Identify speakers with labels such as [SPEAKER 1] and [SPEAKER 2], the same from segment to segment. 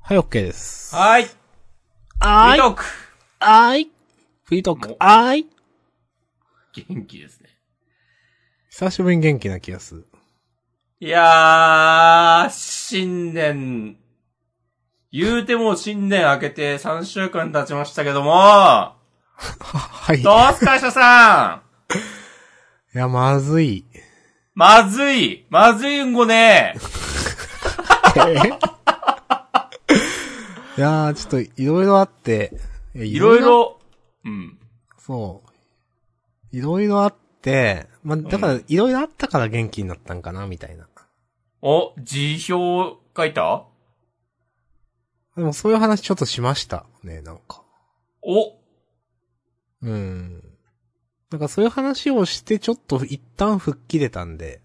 [SPEAKER 1] はい、OK です。
[SPEAKER 2] はーい。
[SPEAKER 1] あ
[SPEAKER 2] フリートーク
[SPEAKER 1] あーい。フリートーク、あーい。
[SPEAKER 2] 元気ですね。
[SPEAKER 1] 久しぶりに元気な気がする。
[SPEAKER 2] いやー、新年、言うても新年明けて3週間経ちましたけども、
[SPEAKER 1] はい。い
[SPEAKER 2] どうすか、社さん
[SPEAKER 1] や、まず い。
[SPEAKER 2] まずいまずいんごね
[SPEAKER 1] いやー、ちょっといろいろあって。い
[SPEAKER 2] いろい。ろ、うん。
[SPEAKER 1] そう。いろいろあって、まあ、だから、いろいろあったから元気になったんかな、みたいな。
[SPEAKER 2] お、辞表書いた
[SPEAKER 1] でもそういう話ちょっとしました。ね、なんか。
[SPEAKER 2] お、
[SPEAKER 1] うん。なんかそういう話をして、ちょっと一旦吹っ切れたんで。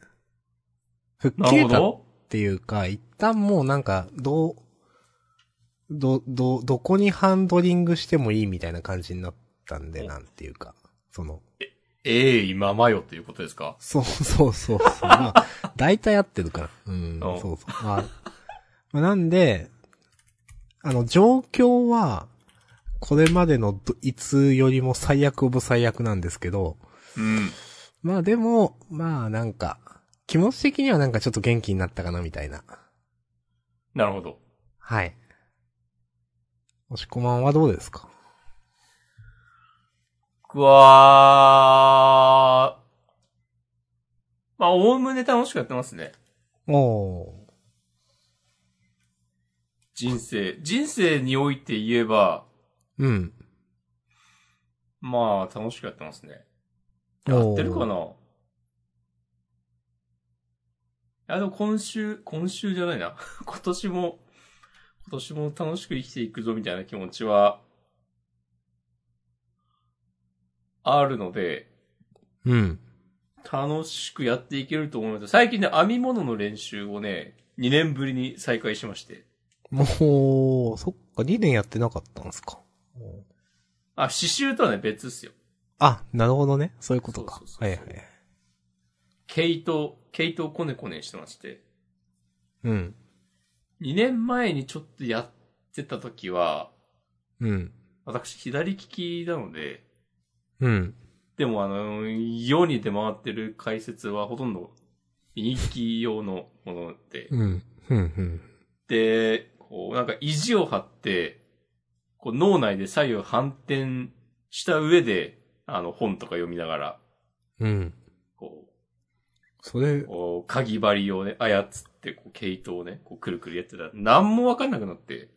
[SPEAKER 1] 吹っ
[SPEAKER 2] な
[SPEAKER 1] 切
[SPEAKER 2] る
[SPEAKER 1] れ
[SPEAKER 2] ほ
[SPEAKER 1] たっっ
[SPEAKER 2] ど。
[SPEAKER 1] ていうか、一旦もうなんか、どう、ど、ど、どこにハンドリングしてもいいみたいな感じになったんで、
[SPEAKER 2] お
[SPEAKER 1] なんていうか、その、
[SPEAKER 2] ええ今まよということですか
[SPEAKER 1] そうそうそうそう、まあ、 大体合ってるから、うん、そ
[SPEAKER 2] お
[SPEAKER 1] うそう、まあ、まあなんで、あの、状況は、これまでのどいつよりも最悪オブ最悪なんですけど、
[SPEAKER 2] うん。
[SPEAKER 1] まあでも、まあなんか、気持ち的にはなんかちょっと元気になったかなみたいな。
[SPEAKER 2] なるほど。
[SPEAKER 1] はい。押し込まんはどうですか
[SPEAKER 2] 僕は、まあ、おおむね楽しくやってますね。
[SPEAKER 1] おお
[SPEAKER 2] 人生。人生において言えば、
[SPEAKER 1] ー。うん。
[SPEAKER 2] まあ、楽しくやってますね。
[SPEAKER 1] おー
[SPEAKER 2] やってるかないや、でも今週、今週じゃないな。 今年も、今年も楽しく生きていくぞみたいな気持ちは、あるので、
[SPEAKER 1] うん。
[SPEAKER 2] 楽しくやっていけると思います。最近ね、編み物の練習をね、2年ぶりに再開しまして。
[SPEAKER 1] もう、そっか、2年やってなかったんですか。
[SPEAKER 2] あ、刺繍とはね、別っすよ。
[SPEAKER 1] あ、なるほどね。そういうことか
[SPEAKER 2] そうそう。そうそう
[SPEAKER 1] はいはいはい。
[SPEAKER 2] 毛糸、毛糸をこねこねしてまして。
[SPEAKER 1] うん。
[SPEAKER 2] 2年前にちょっとやってた時は、
[SPEAKER 1] うん。
[SPEAKER 2] 私左利きなので、
[SPEAKER 1] うん。
[SPEAKER 2] でもあの、世に出回ってる解説はほとんど右利き用のもので、
[SPEAKER 1] うん。うん。うん。
[SPEAKER 2] で、こう、なんか意地を張って、こう脳内で左右反転した上で、あの本とか読みながら、
[SPEAKER 1] うん。
[SPEAKER 2] こう
[SPEAKER 1] それ、
[SPEAKER 2] こう、鍵針をね、操って、こう、毛糸をね、こう、くるくるやってたら、なんもわかんなくなって、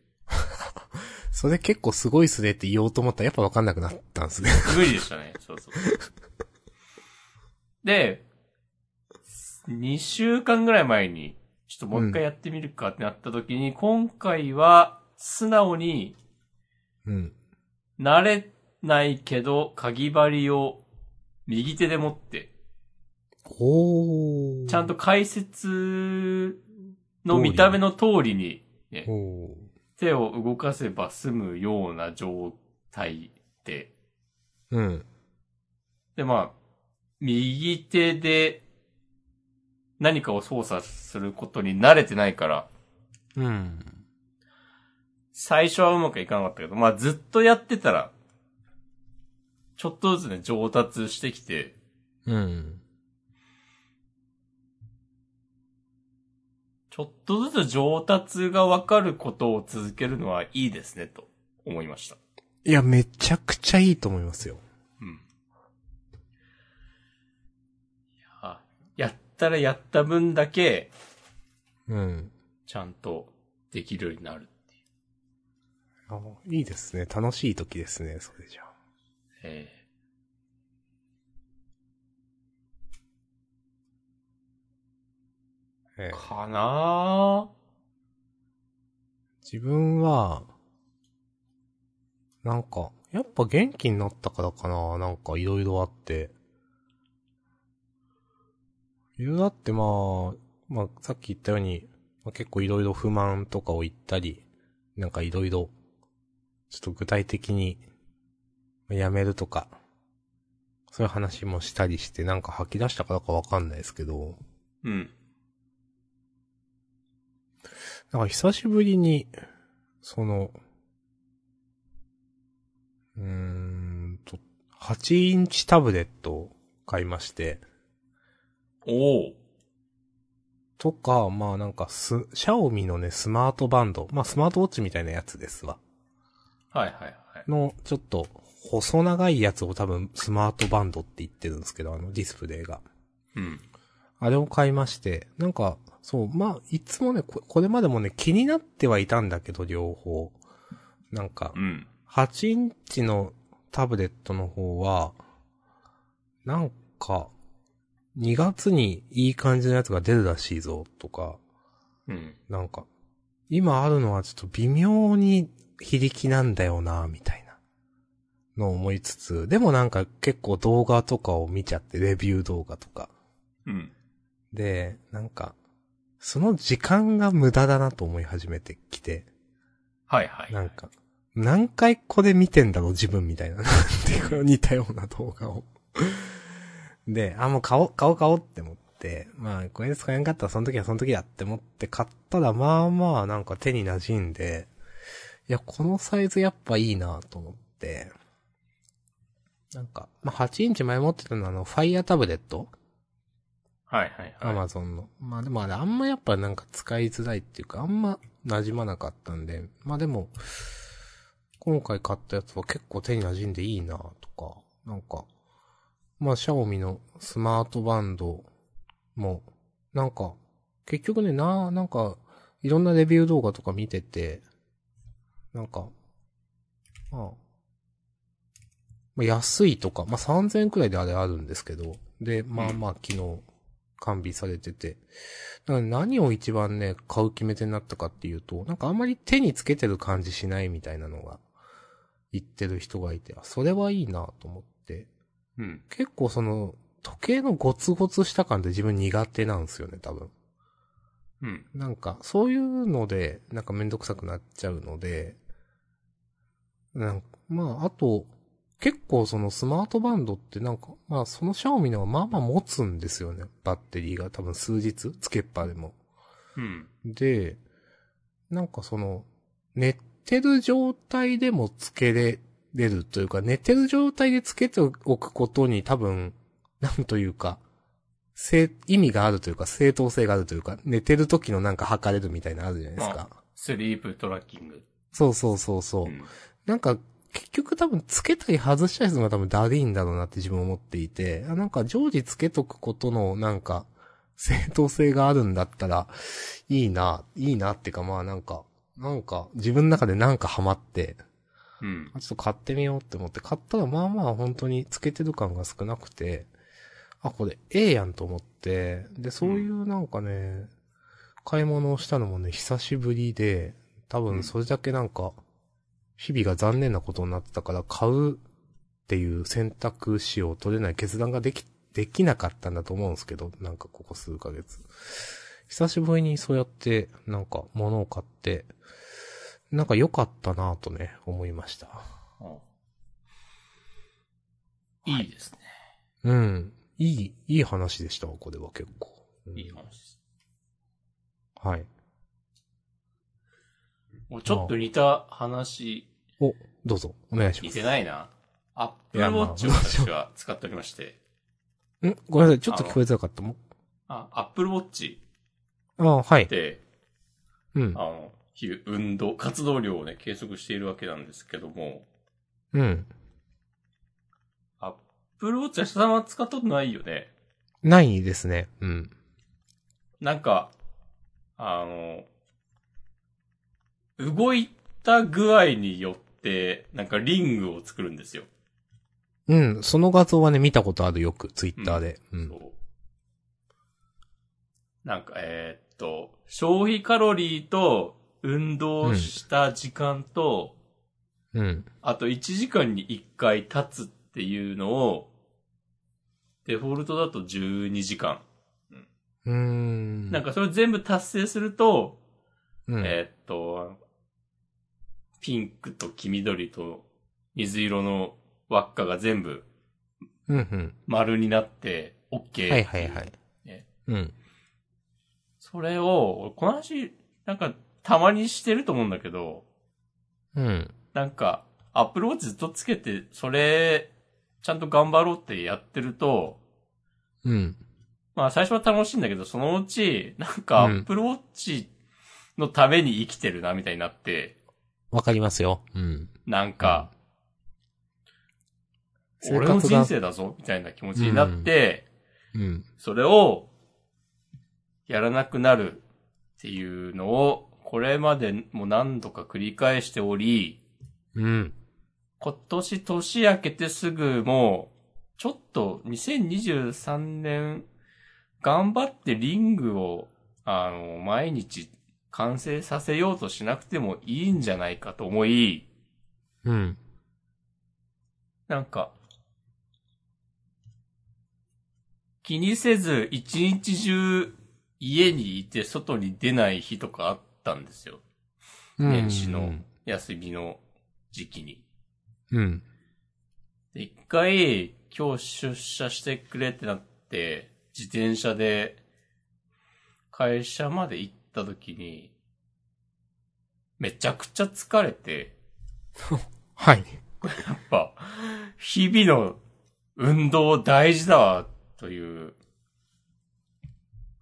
[SPEAKER 1] それ結構すごいっすねって言おうと思ったらやっぱわかんなくなったんですね。
[SPEAKER 2] 無理でしたね。そうそう。で、2週間ぐらい前に、ちょっともう一回やってみるかってなった時に、今回は、素直に、
[SPEAKER 1] うん。
[SPEAKER 2] 慣れないけど、鍵針を右手で持って、
[SPEAKER 1] おー。
[SPEAKER 2] ちゃんと。解説の見た目の通りに、ね、
[SPEAKER 1] おー。
[SPEAKER 2] 手を動かせば済むような状態で、
[SPEAKER 1] うん。
[SPEAKER 2] で、まあ、右手で何かを操作することに慣れてないから、
[SPEAKER 1] うん。
[SPEAKER 2] 最初はうまくいかなかったけど、まあずっとやってたら、ちょっとずつね、上達してきて、
[SPEAKER 1] うん。
[SPEAKER 2] ちょっとずつ上達がわかることを続けるのはいいですね、と思いました。
[SPEAKER 1] いや、めちゃくちゃいいと思いますよ。
[SPEAKER 2] うん。いや、やったらやった分だけ、
[SPEAKER 1] うん。
[SPEAKER 2] ちゃんとできるようになる。
[SPEAKER 1] あいいですね。楽しい時ですね、それじゃあ。
[SPEAKER 2] ええ
[SPEAKER 1] ええ
[SPEAKER 2] かな
[SPEAKER 1] 自分は、なんか、やっぱ元気になったからかな、なんかいろいろあって。いろいろあって、まあ、まあ、さっき言ったように、まあ、結構いろいろ不満とかを言ったり、なんかいろいろ、ちょっと具体的に、まあやめるとか、そういう話もしたりして、なんか吐き出したからかわかんないですけど、
[SPEAKER 2] うん。
[SPEAKER 1] なんか久しぶりに、その、うーんと、8インチタブレットを買いまして、
[SPEAKER 2] おう。
[SPEAKER 1] とか、まあなんかす、シャオミのね、スマートバンド、まあスマートウォッチみたいなやつですわ。
[SPEAKER 2] はいはいはい。
[SPEAKER 1] の、ちょっと、細長いやつを多分スマートバンドって言ってるんですけど、あのディスプレイが。
[SPEAKER 2] うん。
[SPEAKER 1] あれを買いまして、なんか、そう、まあ、いつもね、ここれまでもね、気になってはいたんだけど、両方。なんか
[SPEAKER 2] う、ん。
[SPEAKER 1] 8インチのタブレットの方は、なんか、2月にいい感じのやつが出るらしいぞ、とか、
[SPEAKER 2] うん。
[SPEAKER 1] なんか、今あるのはちょっと微妙に非力なんだよな、みたいなのを思いつつ、でもなんか結構動画とかを見ちゃって、レビュー動画とか。
[SPEAKER 2] うん。
[SPEAKER 1] で、なんか、その時間が無駄だなと思い始めてきて、
[SPEAKER 2] はいはい。
[SPEAKER 1] なんか、何回これ見てんだろう自分みたいな、 なんていうか似たような動画を。で、あ、もう買おう、買おう、買おうって思って、まあ、これで使えんかったらその時はその時だって思って買ったら、まあまあ、なんか手に馴染んで、いや、このサイズやっぱいいなと思って、なんか、まあ8インチ前持ってたのはあの、ファイアタブレット
[SPEAKER 2] はいはい
[SPEAKER 1] ア
[SPEAKER 2] はい。
[SPEAKER 1] マゾンの。まあでもあれ、あんまやっぱなんか使いづらいっていうか、あんま馴染まなかったんで、まあでも、今回買ったやつは結構手に馴染んでいいなとか、なんか、まあ、シャオミのスマートバンドも、なんか、結局ね、な、なんか、いろんなレビュー動画とか見てて、なんか、まあ、まあ、安いとか、まあ、3000円くらいであれあるんですけど、で、まあまあ、昨日、完備されてて。だから何を一番ね、買う決め手になったかっていうと、なんかあんまり手につけてる感じしないみたいなのが、言ってる人がいて、あ、それはいいなと思って。
[SPEAKER 2] うん。
[SPEAKER 1] 結構その、時計のゴツゴツした感って自分苦手なんですよね、多分。
[SPEAKER 2] うん。
[SPEAKER 1] なんか、そういうので、なんかめんどくさくなっちゃうので、なんか、まあ、あと、結構そのスマートバンドってなんか、まあそのシャオミのはまあまあ持つんですよね。バッテリーが多分数日、つけっぱでも。
[SPEAKER 2] うん。
[SPEAKER 1] で、なんかその、寝てる状態でもつけれれるというか、寝てる状態でつけておくことに多分、なんというか、正、意味があるというか、正当性があるというか、寝てる時のなんか測れるみたいなのあるじゃないですか。
[SPEAKER 2] スリープトラッキング。
[SPEAKER 1] そうそうそうそう。
[SPEAKER 2] うん。
[SPEAKER 1] なんか、結局多分つけたり外したりするのが多分ダリーんだろうなって自分思っていて、あなんか常時つけとくことのなんか、正当性があるんだったら、いいな、いいなっていうかまあなんか、なんか自分の中でなんかハマって、
[SPEAKER 2] うん。
[SPEAKER 1] あちょっと買ってみようって思って、買ったらまあまあ本当につけてる感が少なくて、あ、これええやんと思って、で、そういうなんかね、買い物をしたのもね、久しぶりで、多
[SPEAKER 2] う
[SPEAKER 1] 分
[SPEAKER 2] ん
[SPEAKER 1] それだけなんか、日々が残念なことになってたから、買うっていう選択肢を取れない決断ができ、できなかったんだと思うんですけど、なんかここ数ヶ月。久しぶりにそうやって、なんか物を買って、なんか良かったなぁとね、思いました。
[SPEAKER 2] いいですね。
[SPEAKER 1] うん。いい、いい話でしたわ、これは結構。うん
[SPEAKER 2] いい話です。
[SPEAKER 1] はい。
[SPEAKER 2] もうちょっと似た話、
[SPEAKER 1] お、どうぞ、お願いしま
[SPEAKER 2] 似
[SPEAKER 1] す。
[SPEAKER 2] てないな。アップ
[SPEAKER 1] い
[SPEAKER 2] ルウ
[SPEAKER 1] やまあ
[SPEAKER 2] ォッチを私は使っておりまして。
[SPEAKER 1] んごめんなさい、ちょっと聞こえづらかったもん。
[SPEAKER 2] あ、アップルウォッチ
[SPEAKER 1] ああ、はい
[SPEAKER 2] っ。て、
[SPEAKER 1] うん
[SPEAKER 2] あ。の、昼運動、活動量をね、計測しているわけなんですけども、
[SPEAKER 1] うん。
[SPEAKER 2] アップルウォッチは下さんは使ったことないよね。
[SPEAKER 1] ないですね。うん。
[SPEAKER 2] なんか、あの、動いた具合によって、なんかリングを作るんですよ。
[SPEAKER 1] うん、その画像はね、見たことあるよく、ツイッターで。うん。
[SPEAKER 2] そう。なんか、えーっと、消費カロリーと、運動した時間と、
[SPEAKER 1] うん。
[SPEAKER 2] あと1時間に1回立つっていうのを、デフォルトだと12時間。
[SPEAKER 1] うーん。
[SPEAKER 2] なん、かそれ全部達成すると、
[SPEAKER 1] うん。
[SPEAKER 2] えーっと、ピンクと黄緑と水色の輪っかが全部
[SPEAKER 1] うん、うん。
[SPEAKER 2] 丸になって、OK。
[SPEAKER 1] はいはいはい。
[SPEAKER 2] ね
[SPEAKER 1] うん。
[SPEAKER 2] それを、俺この話、なんか、たまにしてると思うんだけど、
[SPEAKER 1] うん。
[SPEAKER 2] なんか、アップローチずっとつけて、それ、ちゃんと頑張ろうってやってると、
[SPEAKER 1] うん。
[SPEAKER 2] まあ最初は楽しいんだけど、そのうち、なんかア
[SPEAKER 1] うん
[SPEAKER 2] ップローチのために生きてるな、みたいになって、
[SPEAKER 1] わかりますよ。うん。
[SPEAKER 2] なんか、
[SPEAKER 1] 生
[SPEAKER 2] 俺の
[SPEAKER 1] 活
[SPEAKER 2] 人
[SPEAKER 1] が、
[SPEAKER 2] 生だぞ、みたいな気持ちになって、
[SPEAKER 1] うん。
[SPEAKER 2] それを、やらなくなるっていうのを、これまでも何度か繰り返しており、
[SPEAKER 1] うん。
[SPEAKER 2] 今年年明けてすぐもう、ちょっと2023年、頑張ってリングを、あの、毎日完成させようとしなくてもいいんじゃないかと思い、
[SPEAKER 1] うん。
[SPEAKER 2] なんか、気にせず一日中家にいて外に出ない日とかあったんですよ。
[SPEAKER 1] うん
[SPEAKER 2] 年始の。休みの時期に。
[SPEAKER 1] うん。
[SPEAKER 2] で一回、今日出社してくれってなって、自転車で、会社まで行った時に、めちゃくちゃ疲れて、
[SPEAKER 1] はい。
[SPEAKER 2] やっぱ、日々の運動大事だわ、という、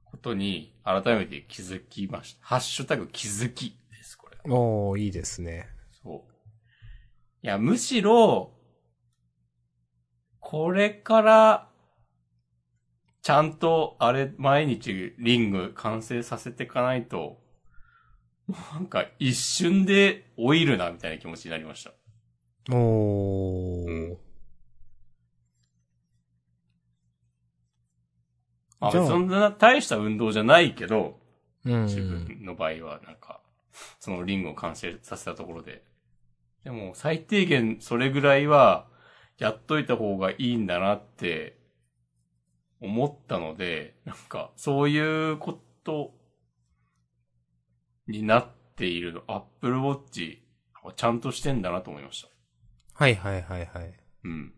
[SPEAKER 2] ことに、改めて気づきました。ハッシュタグ気づきです、これ。
[SPEAKER 1] おー、いいですね。
[SPEAKER 2] そう。いや、むしろ、これから、ちゃんと、あれ、毎日リング完成させていかないと、なんか一瞬で老いるな、みたいな気持ちになりました。
[SPEAKER 1] おー。
[SPEAKER 2] うんまあ、
[SPEAKER 1] じゃあ
[SPEAKER 2] そんな大した運動じゃないけど、
[SPEAKER 1] うん。
[SPEAKER 2] 自分の場合は、なんか、そのリングを完成させたところで。でも、最低限それぐらいは、やっといた方がいいんだなって、思ったので、なんか、そういうこと、になっているの、アップルウォッチ、ちゃんとしてんだなと思いました。
[SPEAKER 1] はいはいはいはい。
[SPEAKER 2] うん。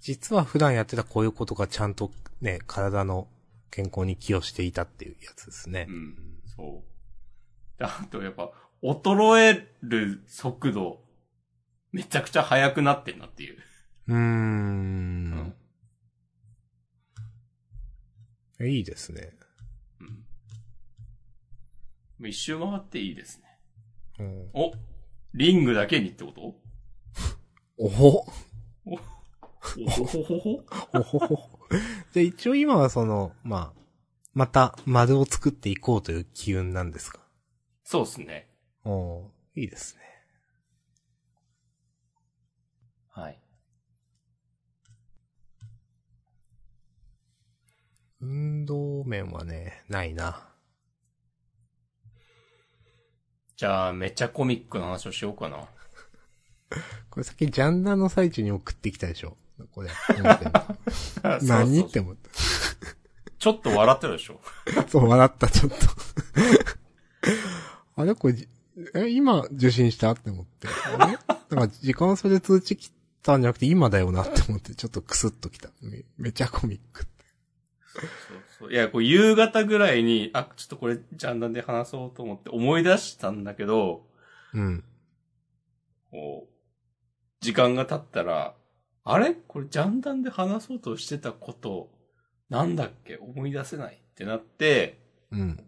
[SPEAKER 1] 実は普段やってたこういうことがちゃんとね、体の健康に寄与していたっていうやつですね
[SPEAKER 2] う。ん。そう。であと、やっぱ、衰える速度、めちゃくちゃ速くなってんなっていう。
[SPEAKER 1] うーん。いいですね。
[SPEAKER 2] うん。一周回っていいです
[SPEAKER 1] う
[SPEAKER 2] ね。
[SPEAKER 1] ん、
[SPEAKER 2] おリングだけにってこと
[SPEAKER 1] おほ
[SPEAKER 2] おほほほほ
[SPEAKER 1] おほほ。で、一応今はその、まあ、また丸を作っていこうという機運なんですか。
[SPEAKER 2] そうっすね。
[SPEAKER 1] おーいいですね。
[SPEAKER 2] はい。
[SPEAKER 1] 運動面はね、ないな。
[SPEAKER 2] じゃあ、めちゃコミックの話をしよう かな。
[SPEAKER 1] これさっきジャンダーの最中に送ってきたでしょ。 これ。思ってんの何
[SPEAKER 2] そうそうそう
[SPEAKER 1] って思った。
[SPEAKER 2] ちょっと笑ってるでしょ。
[SPEAKER 1] そう、笑った、ちょっと。 あれこれ、じえ、今受信したって思って。あれなんか時間差で通知来たんじゃなくて今だよなって思って、ちょっとクスッときた。めめちゃコミック。
[SPEAKER 2] そうそういや、こう夕方ぐらいに、あ、ちょっとこれ、ジャンダンで話そうと思って思い出したんだけど、
[SPEAKER 1] うん。
[SPEAKER 2] こう、時間が経ったら、あれこれジャンダンで話そうとしてたこと、なんだっけ思い出せないってなって、
[SPEAKER 1] うん。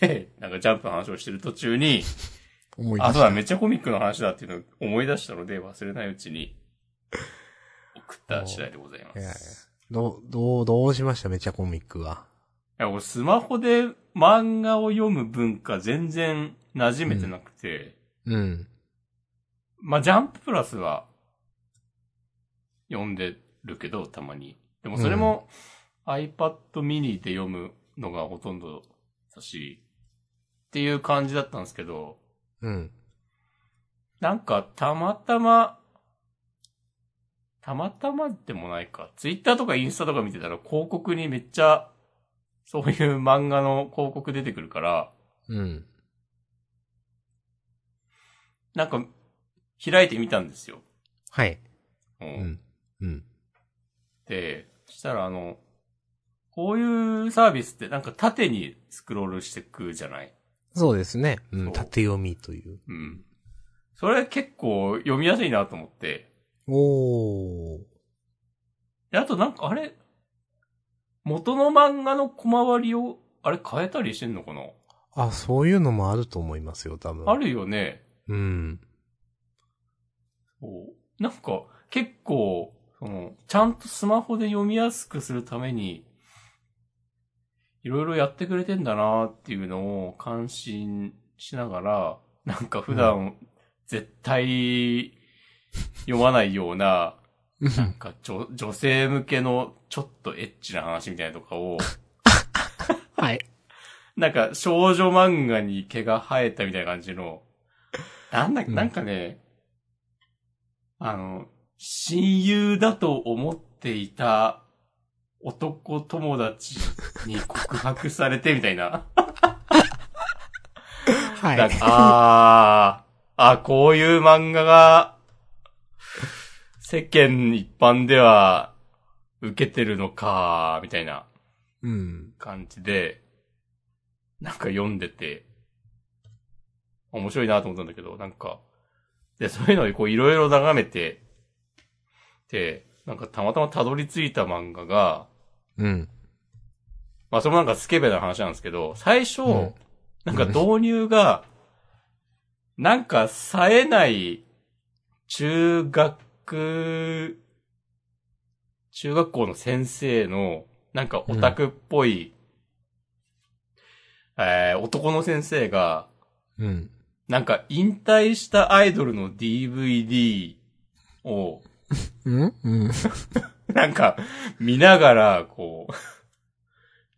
[SPEAKER 2] で なんかジャンプの話をしてる途中に、
[SPEAKER 1] 思い出
[SPEAKER 2] あ、
[SPEAKER 1] し
[SPEAKER 2] そうだ、
[SPEAKER 1] た。
[SPEAKER 2] めっちゃコミックの話だっていうのを思い出したので、忘れないうちに、送った次第でございま
[SPEAKER 1] いやいや
[SPEAKER 2] す。
[SPEAKER 1] どう、どう、どうしましためちゃコミックは。
[SPEAKER 2] いや、俺スマホで漫画を読む文化全然馴染めてなくて、
[SPEAKER 1] うん。
[SPEAKER 2] まあ、ジャンププラスは、読んでるけど、たまに。でもそれも、iPad mini で読むのがほとんどだし、っていう感じだったんですけど、
[SPEAKER 1] うん。
[SPEAKER 2] なんか、たまたま、たまたまでもないか。ツイッターとかインスタとか見てたら広告にめっちゃ、そういう漫画の広告出てくるから、
[SPEAKER 1] うん。
[SPEAKER 2] なんか、開いてみたんですよ。
[SPEAKER 1] はい。
[SPEAKER 2] うん
[SPEAKER 1] うん。うん。
[SPEAKER 2] で、そしたらあの、こういうサービスってなんか縦にスクロールしてくじゃない
[SPEAKER 1] そうですね。う
[SPEAKER 2] そ
[SPEAKER 1] ん。
[SPEAKER 2] う
[SPEAKER 1] 縦読みという。
[SPEAKER 2] うん。それ結構読みやすいなと思って。
[SPEAKER 1] おー。
[SPEAKER 2] であとなんかあれ、元の漫画の小回りを、あれ変えたりしてんのかな、
[SPEAKER 1] あ、そういうのもあると思いますよ、多分。
[SPEAKER 2] あるよね。
[SPEAKER 1] うん。
[SPEAKER 2] そうなんか、結構、その、ちゃんとスマホで読みやすくするために、いろいろやってくれてんだなっていうのを感心しながら、なんか普段、絶対、読まないような、なんか女、女性向けのちょっとエッチな話みたいなのとかを、
[SPEAKER 1] はい。
[SPEAKER 2] なんか少女漫画に毛が生えたみたいな感じの、なんだ、
[SPEAKER 1] うん
[SPEAKER 2] なんかね、あの、親友だと思っていた男友達に告白されてみたいな。
[SPEAKER 1] は
[SPEAKER 2] なんかあー、あー、こういう漫画が、世間一般では受けてるのか、みたいな。
[SPEAKER 1] うん。
[SPEAKER 2] 感じで、なんか読んでて、面白いなと思ったんだけど、なんか、で、そういうのをこういろいろ眺めて、で、なんかたまたまたどり着いた漫画が、
[SPEAKER 1] うん。
[SPEAKER 2] まあそれもなんかスケベな話なんですけど、最初、
[SPEAKER 1] うん
[SPEAKER 2] なんか導入が、なんか冴えない中学、中学校の先生の、なんかオタクっぽい、えー男の先生が、
[SPEAKER 1] うん。
[SPEAKER 2] なんか引退したアイドルの DVD を、
[SPEAKER 1] うんうん。
[SPEAKER 2] なんか、見ながら、こう、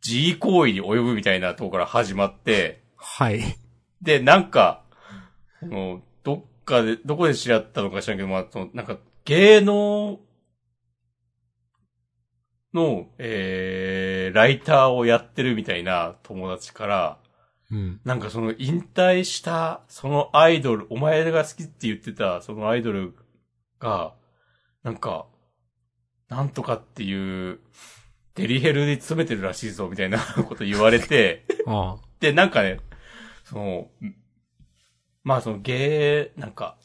[SPEAKER 2] 自慰行為に及ぶみたいなとこから始まって、
[SPEAKER 1] はい。
[SPEAKER 2] で、なんか、あのどっかで、どこで知り合ったのか知らんけど、まあ、その、なんか、芸能の、えー、ライターをやってるみたいな友達から、
[SPEAKER 1] うん。
[SPEAKER 2] なんかその引退した、そのアイドル、お前が好きって言ってた、そのアイドルが、なんか、なんとかっていう、デリヘルに詰めてるらしいぞ、みたいな こと言われて、
[SPEAKER 1] ああ。
[SPEAKER 2] で、なんかね、その、まあその芸、なんか、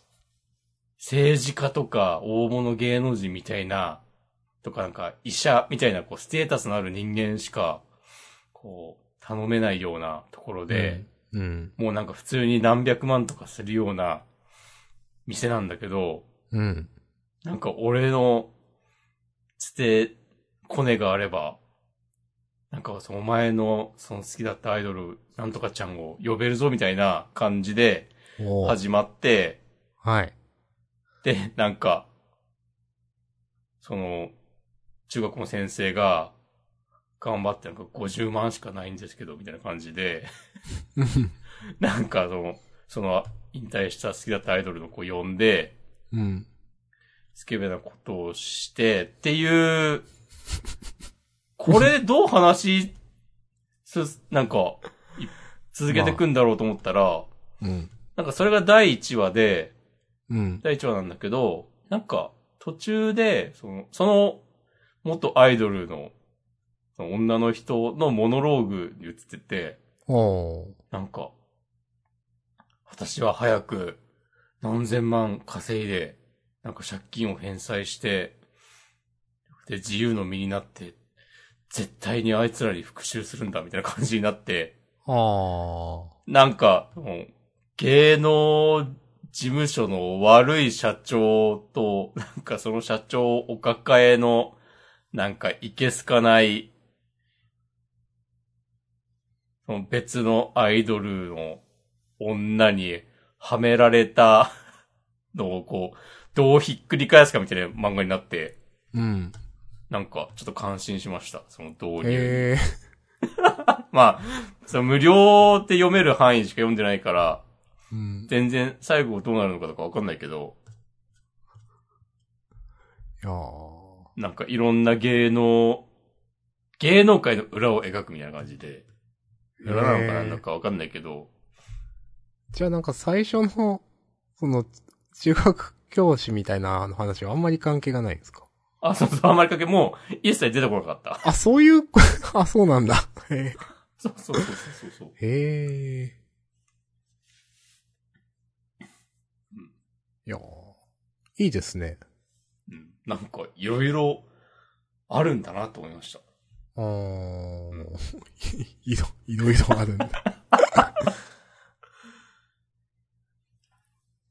[SPEAKER 2] 政治家とか大物芸能人みたいな、とかなんか医者みたいなこうステータスのある人間しか、こう、頼めないようなところで、、
[SPEAKER 1] うん。
[SPEAKER 2] もうなんか普通に何百万とかするような店なんだけど、
[SPEAKER 1] うん。
[SPEAKER 2] なんか俺の、つて、コネがあれば、なんかそのお前の、その好きだったアイドル、なんとかちゃんを呼べるぞみたいな感じで
[SPEAKER 1] おー
[SPEAKER 2] 始まって、
[SPEAKER 1] はい。
[SPEAKER 2] で、なんか、その、中学校の先生が、頑張ってなんか50万しかないんですけど、みたいな感じで、なんかその、その、引退した好きだったアイドルの子呼んで、
[SPEAKER 1] うん。
[SPEAKER 2] スケベなことをしてっていう、これどう話す、なんか、い続けてくんだろうと思ったら、
[SPEAKER 1] うん。
[SPEAKER 2] なんかそれが第1話で、
[SPEAKER 1] うん。
[SPEAKER 2] 第1話なんだけど、なんか途中で、その、その元アイドルの、その女の人のモノローグに映ってて、
[SPEAKER 1] おー。
[SPEAKER 2] なんか、私は早く何千万稼いで、なんか借金を返済して、で、自由の身になって、絶対にあいつらに復讐するんだ、みたいな感じになって、
[SPEAKER 1] あ
[SPEAKER 2] なんか、もう芸能事務所の悪い社長と、なんかその社長お抱えの、なんかいけすかない、その別のアイドルの女にはめられたのをこう、どうひっくり返すかみたいな漫画になって、
[SPEAKER 1] ー。うん。
[SPEAKER 2] なんかちょっと感心しました、その導入に。
[SPEAKER 1] ええ
[SPEAKER 2] まあ、その無料って読める範囲しか読んでないから、
[SPEAKER 1] ー。うん。
[SPEAKER 2] 全然最後どうなるのかとかわかんないけど、
[SPEAKER 1] いやー。
[SPEAKER 2] なんかいろんな芸能、芸能界の裏を描くみたいな感じで、裏なのかなんだかわかんないけど、
[SPEAKER 1] じゃあなんか最初の、その、中学教師みたいなあの話はあんまり関係がないんですか
[SPEAKER 2] あ、そうそう、あんまりかけもう一切出てこなかった。
[SPEAKER 1] あ、そういう、 あ、そうなんだ。へ
[SPEAKER 2] そうそうそうそうそうそう。
[SPEAKER 1] え。へえ。いやーいいですね。
[SPEAKER 2] うん。なんか、いろいろ、あるんだなと思いました。
[SPEAKER 1] あー
[SPEAKER 2] うん
[SPEAKER 1] いろ、いろいろあるん だ。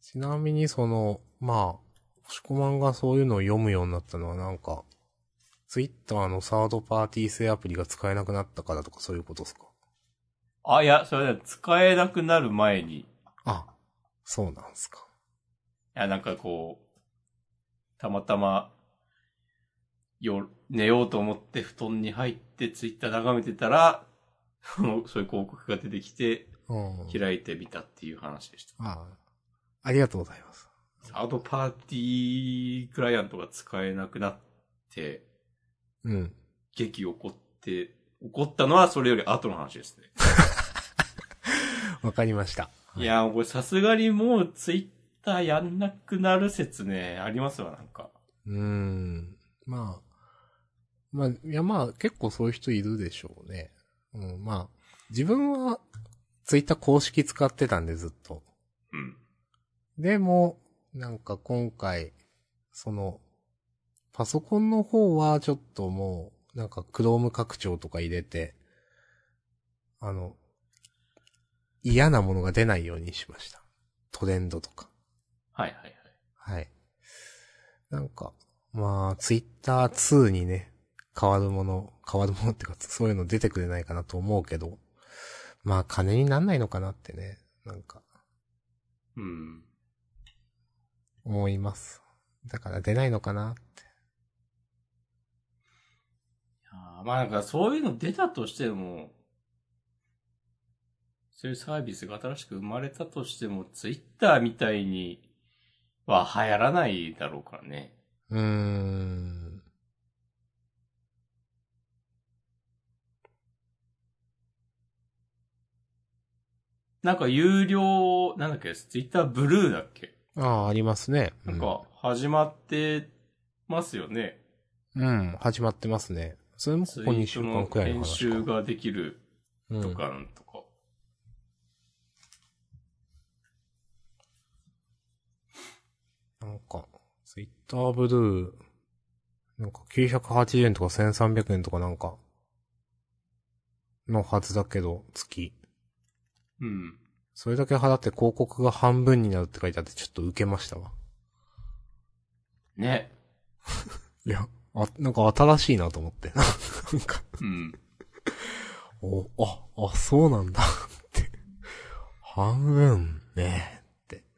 [SPEAKER 1] ちなみにその、まあ、星子マンがそういうのを読むようになったのはなんか、ツイッターのサードパーティー製アプリが使えなくなったからとかそういうことですか
[SPEAKER 2] あ、いや、それは使えなくなる前に、い
[SPEAKER 1] あ、そうなんですか。
[SPEAKER 2] や、なんかこう、たまたま、よ、寝ようと思って布団に入ってツイッター眺めてたら、 その、そういう広告が出てきて、
[SPEAKER 1] うん。
[SPEAKER 2] 開いてみたっていう話でした。
[SPEAKER 1] ああ、ありがとうございます。
[SPEAKER 2] サードパーティークライアントが使えなくなって、
[SPEAKER 1] うん。
[SPEAKER 2] 激怒って、怒ったのはそれより後の話ですね。
[SPEAKER 1] わかりました。
[SPEAKER 2] いや、これさすがにもうツイッターやんなくなる説ね、ありますわ、なんか。
[SPEAKER 1] うーん。まあ。まあ、いやまあ、結構そういう人いるでしょうね。うん、まあ、自分は、ツイッター公式使ってたんでずっと。
[SPEAKER 2] うん。
[SPEAKER 1] でも、なんか今回、その、パソコンの方はちょっともう、なんか Chrome 拡張とか入れて、あの、嫌なものが出ないようにしました。トレンドとか。
[SPEAKER 2] はいはいはい。
[SPEAKER 1] はい。なんか、まあ、ツイッター2にね、変わるもの、変わるもの っていうか、そういうの出てくれないかなと思うけど、まあ、金になんないのかなってね、なんか、
[SPEAKER 2] うん。
[SPEAKER 1] 思います。だから出ないのかなって。
[SPEAKER 2] あーまあなんかそういうの出たとしても、そういうサービスが新しく生まれたとしても、ツイッターみたいには流行らないだろうからね。
[SPEAKER 1] うーん。
[SPEAKER 2] なんか有料、なんだっけ、ツイッターブルーだっけ
[SPEAKER 1] ああ、ありますね。
[SPEAKER 2] なんか始まってますよね。
[SPEAKER 1] うん、うん、始まってますね。それもこ
[SPEAKER 2] ツイ
[SPEAKER 1] こ2
[SPEAKER 2] ー
[SPEAKER 1] 週
[SPEAKER 2] トの
[SPEAKER 1] 間くらいの
[SPEAKER 2] 編
[SPEAKER 1] 話か。
[SPEAKER 2] 集ができる
[SPEAKER 1] うん
[SPEAKER 2] とかなんとか。
[SPEAKER 1] なんか、ツイッターブルー、なんか980円とか1300円とかなんか、のはずだけど、月。
[SPEAKER 2] うん。
[SPEAKER 1] それだけ払って広告が半分になるって書いてあってちょっと受けましたわ。
[SPEAKER 2] ね。
[SPEAKER 1] いや、あ、なんか新しいなと思って。なんか、
[SPEAKER 2] うん。
[SPEAKER 1] お、あ、あ、そうなんだ。って。半分ね。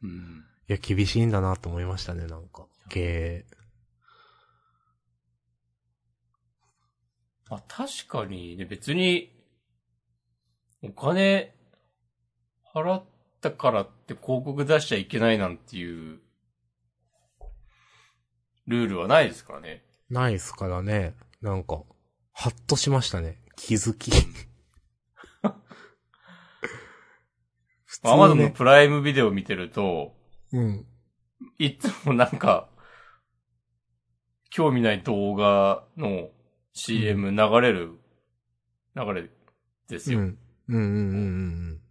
[SPEAKER 2] うん。
[SPEAKER 1] いや、厳しいんだなと思いましたね、なんか。経営。
[SPEAKER 2] まあ確かにね、別に、お金払ったからって広告出しちゃいけないなんていう、ルールはないですからね。
[SPEAKER 1] ないっすからね。なんか、はっとしましたね。気づき。普
[SPEAKER 2] アマゾンのプライムビデオ見てると、
[SPEAKER 1] うん。
[SPEAKER 2] いつもなんか、興味ない動画の CM 流れる、流れです
[SPEAKER 1] うん。う
[SPEAKER 2] よ。
[SPEAKER 1] んうんうん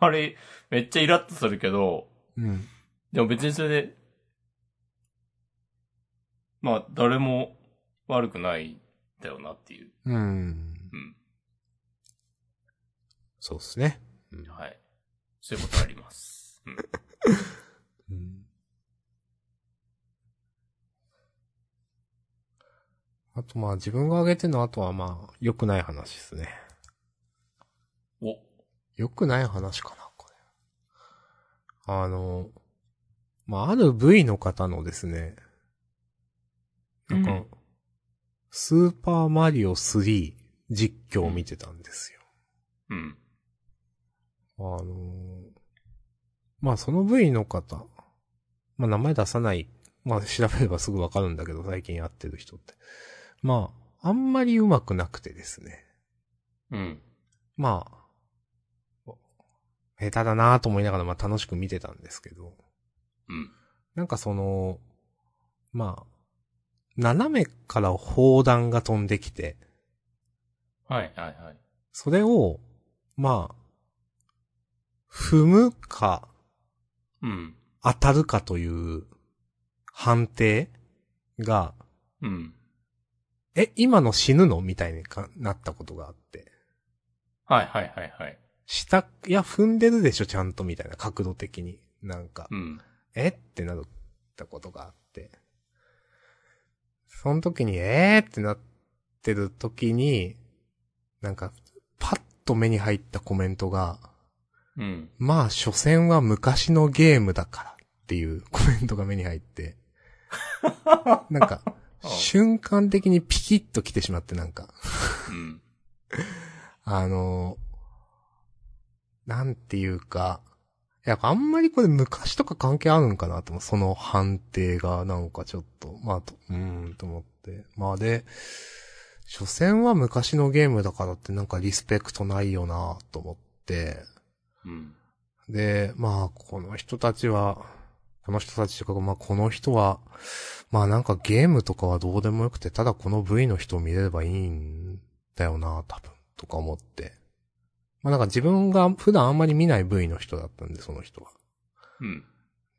[SPEAKER 2] あれ、めっちゃイラッとするけど、
[SPEAKER 1] うんうん。うん。
[SPEAKER 2] でも別にそれで、まあ、誰も悪くないんだよなっていう。
[SPEAKER 1] うん。
[SPEAKER 2] うん。
[SPEAKER 1] そうっすね。
[SPEAKER 2] はい。そういうことあります。うん。
[SPEAKER 1] うん。あとまあ自分が挙げてるのあとはまあ良くない話ですね。
[SPEAKER 2] お。
[SPEAKER 1] 良くない話かな、これ。あの、まあある部位の方のですね、なんか、
[SPEAKER 2] うん
[SPEAKER 1] スーパーマリオ3実況を見てたんですよ。
[SPEAKER 2] うん。
[SPEAKER 1] あのーまあその部位の方、まあ名前出さない、まあ調べればすぐわかるんだけど、最近やってる人って。まあ、あんまり上手くなくてですね。
[SPEAKER 2] うん。
[SPEAKER 1] まあ、下手だなと思いながら、まあ楽しく見てたんですけど、
[SPEAKER 2] うん。
[SPEAKER 1] なんかその、まあ、斜めから砲弾が飛んできて、
[SPEAKER 2] はい、はい、はい。
[SPEAKER 1] それを、まあ、踏むか、
[SPEAKER 2] うん。
[SPEAKER 1] 当たるかという判定が、
[SPEAKER 2] うん。
[SPEAKER 1] え、今の死ぬのみたいにかなったことがあって。
[SPEAKER 2] はいはいはいはい。
[SPEAKER 1] 下、いや、踏んでるでしょ、ちゃんと、みたいな、角度的に。なんか、
[SPEAKER 2] うん。
[SPEAKER 1] えってなったことがあって。その時に、えーってなってる時に、なんか、パッと目に入ったコメントが、
[SPEAKER 2] うん。
[SPEAKER 1] まあ、所詮は昔のゲームだからっていうコメントが目に入って、なんか、
[SPEAKER 2] あ
[SPEAKER 1] 瞬間的にピキッと来てしまって、なんか、
[SPEAKER 2] うん。
[SPEAKER 1] あの、なんていうか、やっぱあんまりこれ昔とか関係あるんかなと思う。その判定がなんかちょっと、まあと、うーんと思って。まあで、所詮は昔のゲームだからってなんかリスペクトないよなと思って。
[SPEAKER 2] うん。
[SPEAKER 1] で、まあこの人たちは、この人たちというか、まあこの人は、まあなんかゲームとかはどうでもよくて、ただこの V の人を見れればいいんだよな、多分、とか思って。まあなんか自分が普段あんまり見ない V の人だったんで、その人は。っ
[SPEAKER 2] うん。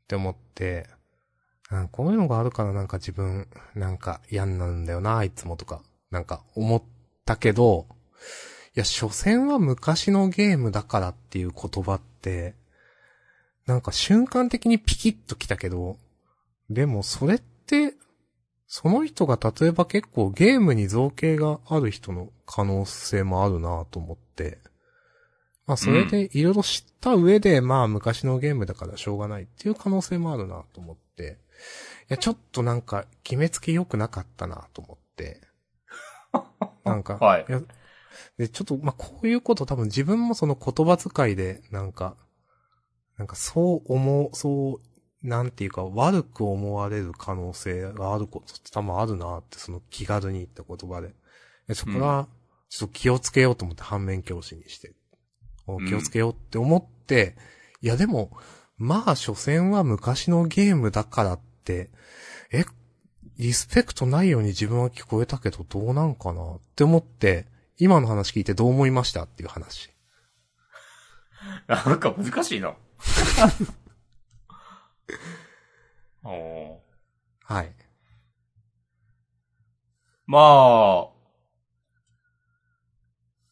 [SPEAKER 1] て思って、うんこういうのがあるからなんか自分、なんか嫌になるんだよな、いつもとか、なんか思ったけど、いや、所詮は昔のゲームだからっていう言葉って、なんか瞬間的にピキッときたけど、でもそれって、その人が例えば結構ゲームに造形がある人の可能性もあるなと思って、まあそれでいろいろ知った上で、まあ昔のゲームだからしょうがないっていう可能性もあるなと思って、いやちょっとなんか決めつけ良くなかったなと思 って、なんか、
[SPEAKER 2] はい
[SPEAKER 1] やで、ちょっと、まあ、こういうこと多分自分もその言葉遣いで、なんか、なんかそう思う、そう、なんていうか悪く思われる可能性があることって多分あるなって、その気軽に言った言葉で。でそこ
[SPEAKER 2] う
[SPEAKER 1] は、ちょっと気をつけようと思って反面教師にして、お
[SPEAKER 2] うん
[SPEAKER 1] 気をつけようって思って、いやでも、まあ、所詮は昔のゲームだからって、え、リスペクトないように自分は聞こえたけどどうなんかなって思って、今の話聞いてどう思いましたっていう話。
[SPEAKER 2] なんか難しいな。 おー
[SPEAKER 1] はい。
[SPEAKER 2] まあ、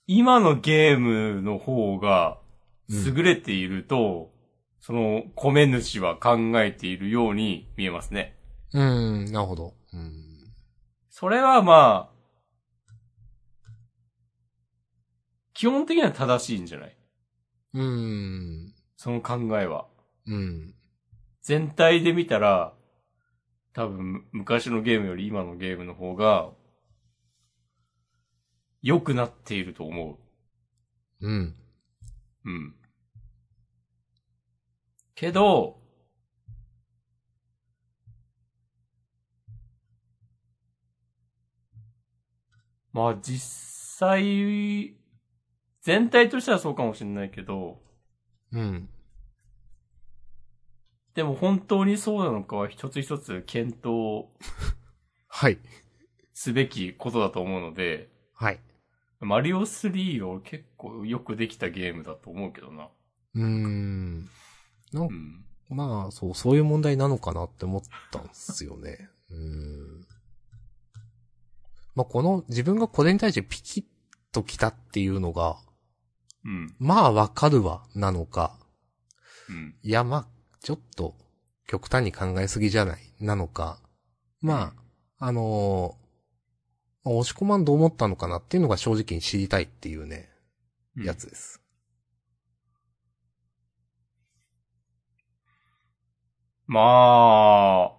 [SPEAKER 2] 今のゲームの方が優れていると、その米主は考えているように見えますね。
[SPEAKER 1] うーん、なるほど。うーん。
[SPEAKER 2] それはまあ、基本的には正しいんじゃないう
[SPEAKER 1] ーん。
[SPEAKER 2] その考えは。
[SPEAKER 1] うん。
[SPEAKER 2] 全体で見たら、多分昔のゲームより今のゲームの方が、良くなっていると思う。
[SPEAKER 1] うん。
[SPEAKER 2] うん。けど、まあ実際、全体としてはそうかもしれないけど、
[SPEAKER 1] うん。
[SPEAKER 2] でも本当にそうなのかは一つ一つ検討
[SPEAKER 1] はい。
[SPEAKER 2] すべきことだと思うので、
[SPEAKER 1] はい。
[SPEAKER 2] マリオ3を結構よくできたゲームだと思うけどな。
[SPEAKER 1] うーん。なん
[SPEAKER 2] うん。
[SPEAKER 1] まあ、そう、そういう問題なのかなって思ったんすよね。うーん。まあ、この、自分がこれに対してピキッときたっていうのが、
[SPEAKER 2] うん。
[SPEAKER 1] まあわかるわ、なのか、
[SPEAKER 2] うん。
[SPEAKER 1] いや、まあ、ちょっと、極端に考えすぎじゃないなのか。まあ、あのーまあ押し込まんどう思ったのかなっていうのが正直に知りたいっていうね、
[SPEAKER 2] うん
[SPEAKER 1] やつです。
[SPEAKER 2] まあ、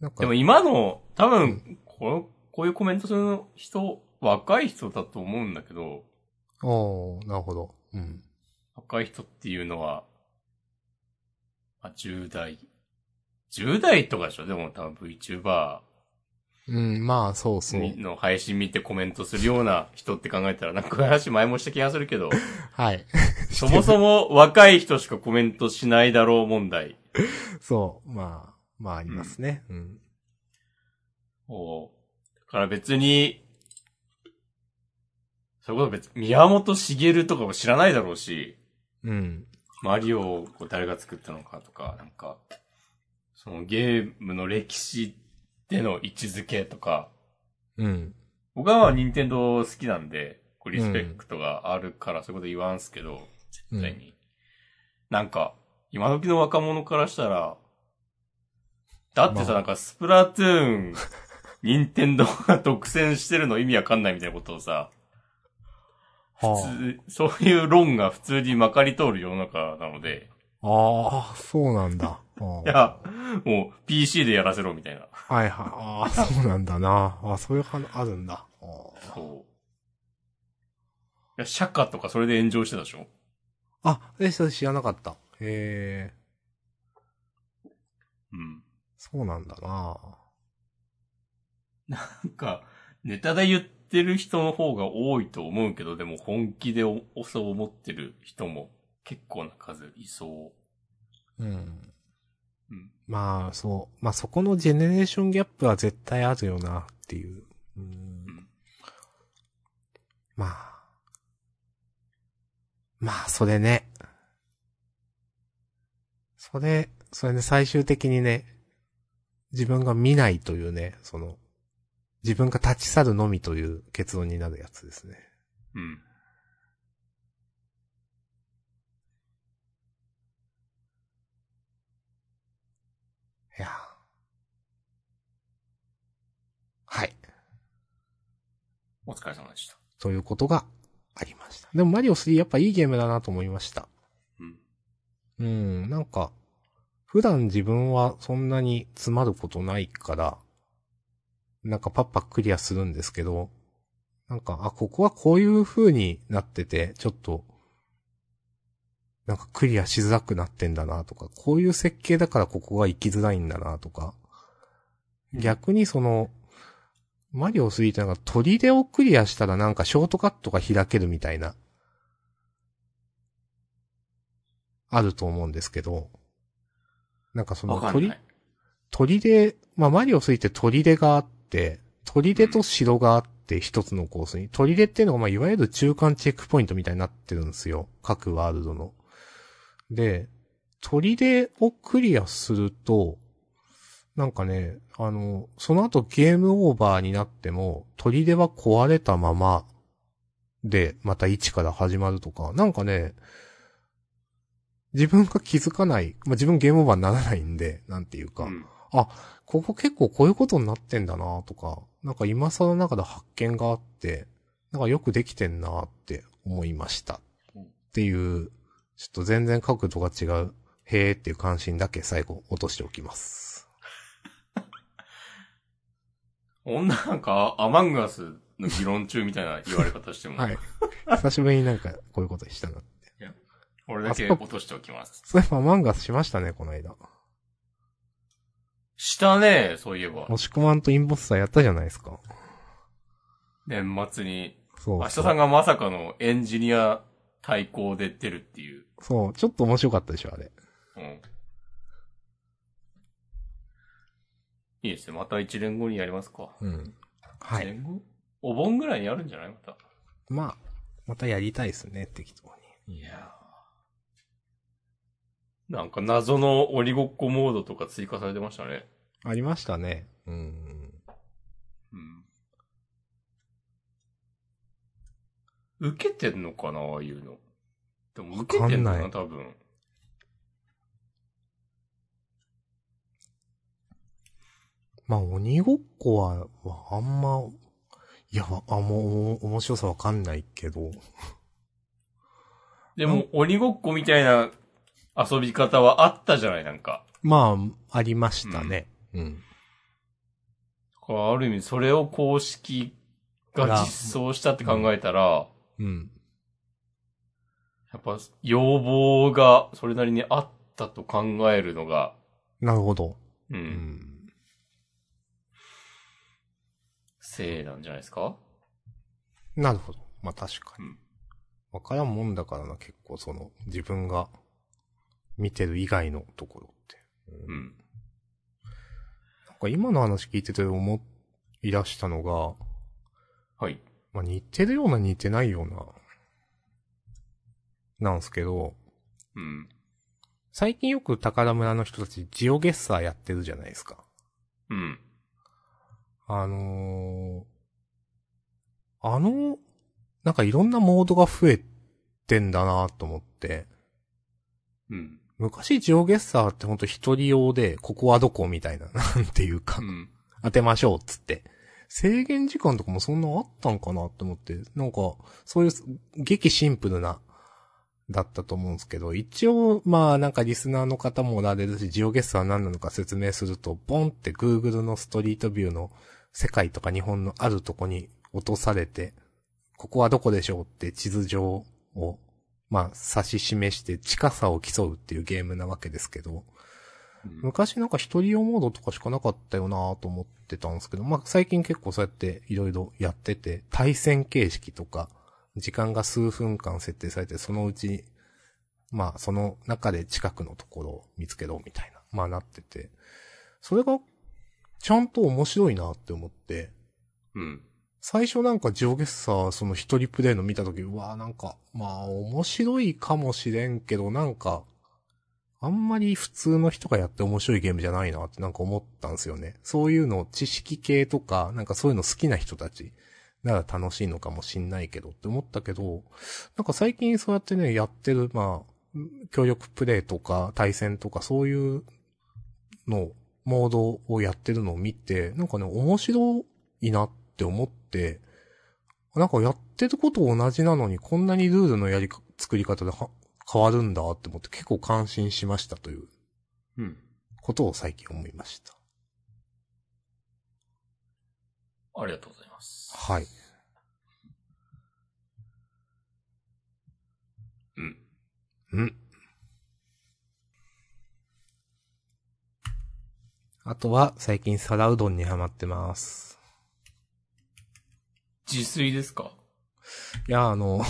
[SPEAKER 1] なんか、
[SPEAKER 2] でも今の、多
[SPEAKER 1] う
[SPEAKER 2] 分、この、こういうコメントする人、若い人だと思うんだけど、
[SPEAKER 1] おーなるほど。うん。
[SPEAKER 2] 若い人っていうのは、まあ、10代。10代とかでしょでも多分 VTuber
[SPEAKER 1] うん、まあ、そうそう。
[SPEAKER 2] の配信見てコメントするような人って考えたら、なんかこの話前もした気がするけど、
[SPEAKER 1] はい。
[SPEAKER 2] そもそも若い人しかコメントしないだろう問題
[SPEAKER 1] そう、まあ、まあありますね。うん。
[SPEAKER 2] を、だから別に、それこそ別、宮本茂とかも知らないだろうし、
[SPEAKER 1] うん。
[SPEAKER 2] マリオを誰が作ったのかとか、なんか、そのゲームの歴史での位置づけとか、
[SPEAKER 1] うん。
[SPEAKER 2] 僕はまあ任天堂好きなんで、こうリスペクトがあるからそういうこと言わんすけど、
[SPEAKER 1] う
[SPEAKER 2] 絶対
[SPEAKER 1] ん。
[SPEAKER 2] に。なんか、今時の若者からしたら、だってさ、
[SPEAKER 1] まあ
[SPEAKER 2] なんかスプラトゥーン、任天堂が独占してるの意味わかんないみたいなことをさ、
[SPEAKER 1] は
[SPEAKER 2] 普通そういう論が普通にまかり通る世の中なので、
[SPEAKER 1] あ。ああ、そうなんだ。あ
[SPEAKER 2] い
[SPEAKER 1] あ
[SPEAKER 2] や、もう PC でやらせろみたいな。
[SPEAKER 1] はいはい。ああ、そうなんだな。ああ、そういう話あるんだ。ああ
[SPEAKER 2] そう。いや、釈迦とかそれで炎上してたでしょ
[SPEAKER 1] あ、え、それ知らなかった。へえ、
[SPEAKER 2] うん。
[SPEAKER 1] そうなんだな。
[SPEAKER 2] なんか、ネタで言ってる人の方が多いと思うけど、でも本気でおそう思ってる人も結構な数いそ
[SPEAKER 1] うん。
[SPEAKER 2] う。うん。
[SPEAKER 1] まあ、そう。まあ、そこのジェネレーションギャップは絶対あるよな、っていう。うん
[SPEAKER 2] うん
[SPEAKER 1] まあ。まあ、それね。それ、それね、最終的にね、自分が見ないというね、その、自分が立ち去るのみという結論になるやつですね。
[SPEAKER 2] うん。
[SPEAKER 1] いや。はい。
[SPEAKER 2] お疲れ様でした。
[SPEAKER 1] ということがありました。でもマリオ3やっぱいいゲームだなと思いました。
[SPEAKER 2] うん。
[SPEAKER 1] うん、なんか、普段自分はそんなに詰まることないから、なんかパッパクリアするんですけど、なんか、あ、ここはこういう風になってて、ちょっと、なんかクリアしづらくなってんだなとか、こういう設計だからここが行きづらいんだなとか、逆にその、マリオ3ってなんか砦をクリアしたらなんかショートカットが開けるみたいな、あると思うんですけど、なんかその
[SPEAKER 2] わかん
[SPEAKER 1] 砦
[SPEAKER 2] ない。
[SPEAKER 1] 砦、まあ、マリオ3って砦があって、砦と城があって一つのコースに、砦っていうのが、まあ、いわゆる中間チェックポイントみたいになってるんですよ。各ワールドの。で、砦をクリアすると、なんかね、あの、その後ゲームオーバーになっても、砦は壊れたままで、また1から始まるとか、なんかね、自分が気づかない、まあ、自分ゲームオーバーにならないんで、なんていうか、
[SPEAKER 2] うん。
[SPEAKER 1] ここ結構こういうことになってんだなとか、なんか今更の中で発見があって、なんかよくできてんなって思いました。
[SPEAKER 2] うん
[SPEAKER 1] っていう、ちょっと全然角度が違う、へーっていう関心だけ最後落としておきます。
[SPEAKER 2] 女なんか、アマンガスの議論中みたいな言われ方しても、
[SPEAKER 1] はい。久しぶりになんかこういうことしたな。
[SPEAKER 2] 俺だけ落としておきます。
[SPEAKER 1] そういえば漫画しましたね、この間。
[SPEAKER 2] したね、そういえば
[SPEAKER 1] 押。し込まんとインボスターやったじゃないですか。
[SPEAKER 2] 年末に。
[SPEAKER 1] そう。
[SPEAKER 2] 明日さんがまさかのエンジニア対抗で出るっていう。
[SPEAKER 1] そう、ちょっと面白かったでしょ、あれ。
[SPEAKER 2] うん。いいですね。また1年後にやりますか。
[SPEAKER 1] うん。は
[SPEAKER 2] 1
[SPEAKER 1] い。
[SPEAKER 2] 年後お盆ぐらいにやるんじゃないまた。
[SPEAKER 1] まあ、またやりたいですね、適当に。
[SPEAKER 2] いやなんか謎の鬼ごっこモードとか追加されてましたね。
[SPEAKER 1] ありましたね。うん。
[SPEAKER 2] うん。受けてんのかなああいうの。でも
[SPEAKER 1] わ
[SPEAKER 2] 受
[SPEAKER 1] か
[SPEAKER 2] けて
[SPEAKER 1] ん
[SPEAKER 2] んの
[SPEAKER 1] ない
[SPEAKER 2] かな多分。
[SPEAKER 1] まあ、鬼ごっこは、わあんま、いや、わあ、もう、お面白さわかんないけど。
[SPEAKER 2] でも、鬼ごっこみたいな遊び方はあったじゃないなんか。
[SPEAKER 1] まあ、ありましたね。うん。
[SPEAKER 2] これある意味、それを公式が実装したって考えたら、
[SPEAKER 1] うん。
[SPEAKER 2] やっぱ要望がそれなりにあったと考えるのが、
[SPEAKER 1] なるほど。
[SPEAKER 2] うん、
[SPEAKER 1] うん。
[SPEAKER 2] せいなんじゃないですか
[SPEAKER 1] なるほど。まあ、確かに
[SPEAKER 2] うん。
[SPEAKER 1] わからんもんだからな、結構、その、自分が、見てる以外のところって。
[SPEAKER 2] うん。
[SPEAKER 1] なんか今の話聞いてて思い出したのが、
[SPEAKER 2] はい。
[SPEAKER 1] まあ、似てるような似てないような、なんすけど、
[SPEAKER 2] うん。
[SPEAKER 1] 最近よく高田村の人たちジオゲッサーやってるじゃないですか。
[SPEAKER 2] うん。
[SPEAKER 1] あのーあの、なんかいろんなモードが増えてんだなと思って、
[SPEAKER 2] うん。
[SPEAKER 1] 昔ジオゲッサーってほんと一人用で、ここはどこみたいな、 なんていうか
[SPEAKER 2] う、ん。
[SPEAKER 1] 当てましょうっつって。制限時間とかもそんなあったんかなって思って、なんか、そういう激シンプルな、だったと思うんですけど、一応、まあなんかリスナーの方もおられるし、ジオゲスは何なのか説明すると、ボンって Google のストリートビューの世界とか日本のあるとこに落とされて、ここはどこでしょうって地図上を、まあ指し示して近さを競うっていうゲームなわけですけど、
[SPEAKER 2] うん
[SPEAKER 1] 昔なんか一人用モードとかしかなかったよなぁと思ってたんですけど、まあ最近結構そうやっていろいろやってて、対戦形式とか、時間が数分間設定されて、そのうち、まあその中で近くのところを見つけろみたいな、まあなってて、それがちゃんと面白いなって思って、
[SPEAKER 2] うん。
[SPEAKER 1] 最初なんかジオゲッサーその一人プレイの見たとき、うわーなんか、まあ面白いかもしれんけど、なんか、あんまり普通の人がやって面白いゲームじゃないなってなんか思ったんですよね。そういうの知識系とか、なんかそういうの好きな人たちなら楽しいのかもしんないけどって思ったけど、なんか最近そうやってね、やってる、まあ、協力プレイとか対戦とかそういうの、モードをやってるのを見て、なんかね、面白いなって思って、なんかやってること同じなのにこんなにルールのやりか、作り方では変わるんだって思って結構感心しましたという
[SPEAKER 2] うん。
[SPEAKER 1] ことを最近思いました。
[SPEAKER 2] ありがとうございます。
[SPEAKER 1] はい。
[SPEAKER 2] うん。
[SPEAKER 1] うん。あとは最近皿うどんにハマってます。
[SPEAKER 2] 自炊ですか
[SPEAKER 1] いや、あの、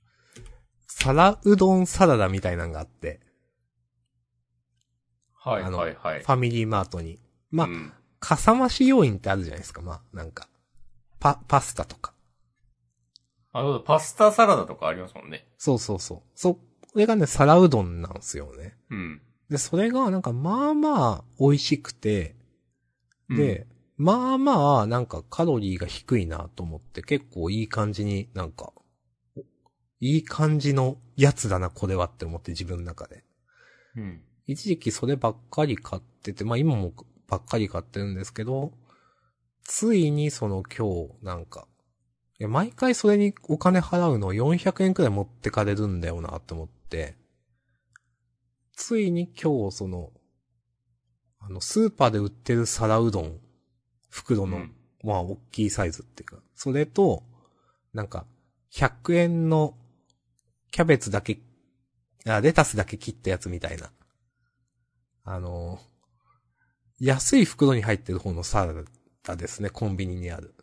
[SPEAKER 1] 皿うどんサラダみたいなのがあって、
[SPEAKER 2] はい
[SPEAKER 1] あの
[SPEAKER 2] はいはい
[SPEAKER 1] フ。ァミリーマートに。まあ
[SPEAKER 2] う、ん
[SPEAKER 1] かさ増し要因ってあるじゃないですか。まあ、なんか、パ、パスタとか。
[SPEAKER 2] あ、そうだ、パスタサラダとかありますもんね。
[SPEAKER 1] そうそうそう。そ、これがね、皿うどんなんですよね。
[SPEAKER 2] うん。
[SPEAKER 1] で、それがなんかまあまあ美味しくて、
[SPEAKER 2] うん、
[SPEAKER 1] で、まあまあなんかカロリーが低いなと思って結構いい感じになんか、おいい感じのやつだなこれはって思って自分の中で。
[SPEAKER 2] うん。
[SPEAKER 1] 一時期そればっかり買ってて、まあ今もばっかり買ってるんですけど、ついにその今日なんか、いや毎回それにお金払うの400円くらい持ってかれるんだよなって思って、ついに今日その、あの、スーパーで売ってる皿うどん、袋
[SPEAKER 2] う
[SPEAKER 1] の
[SPEAKER 2] ん。
[SPEAKER 1] まあ、大きいサイズっていうか、それと、なんか、100円の、キャベツだけ、あ、レタスだけ切ったやつみたいな。あの、安い袋に入ってる方のサラダですね、コンビニにある。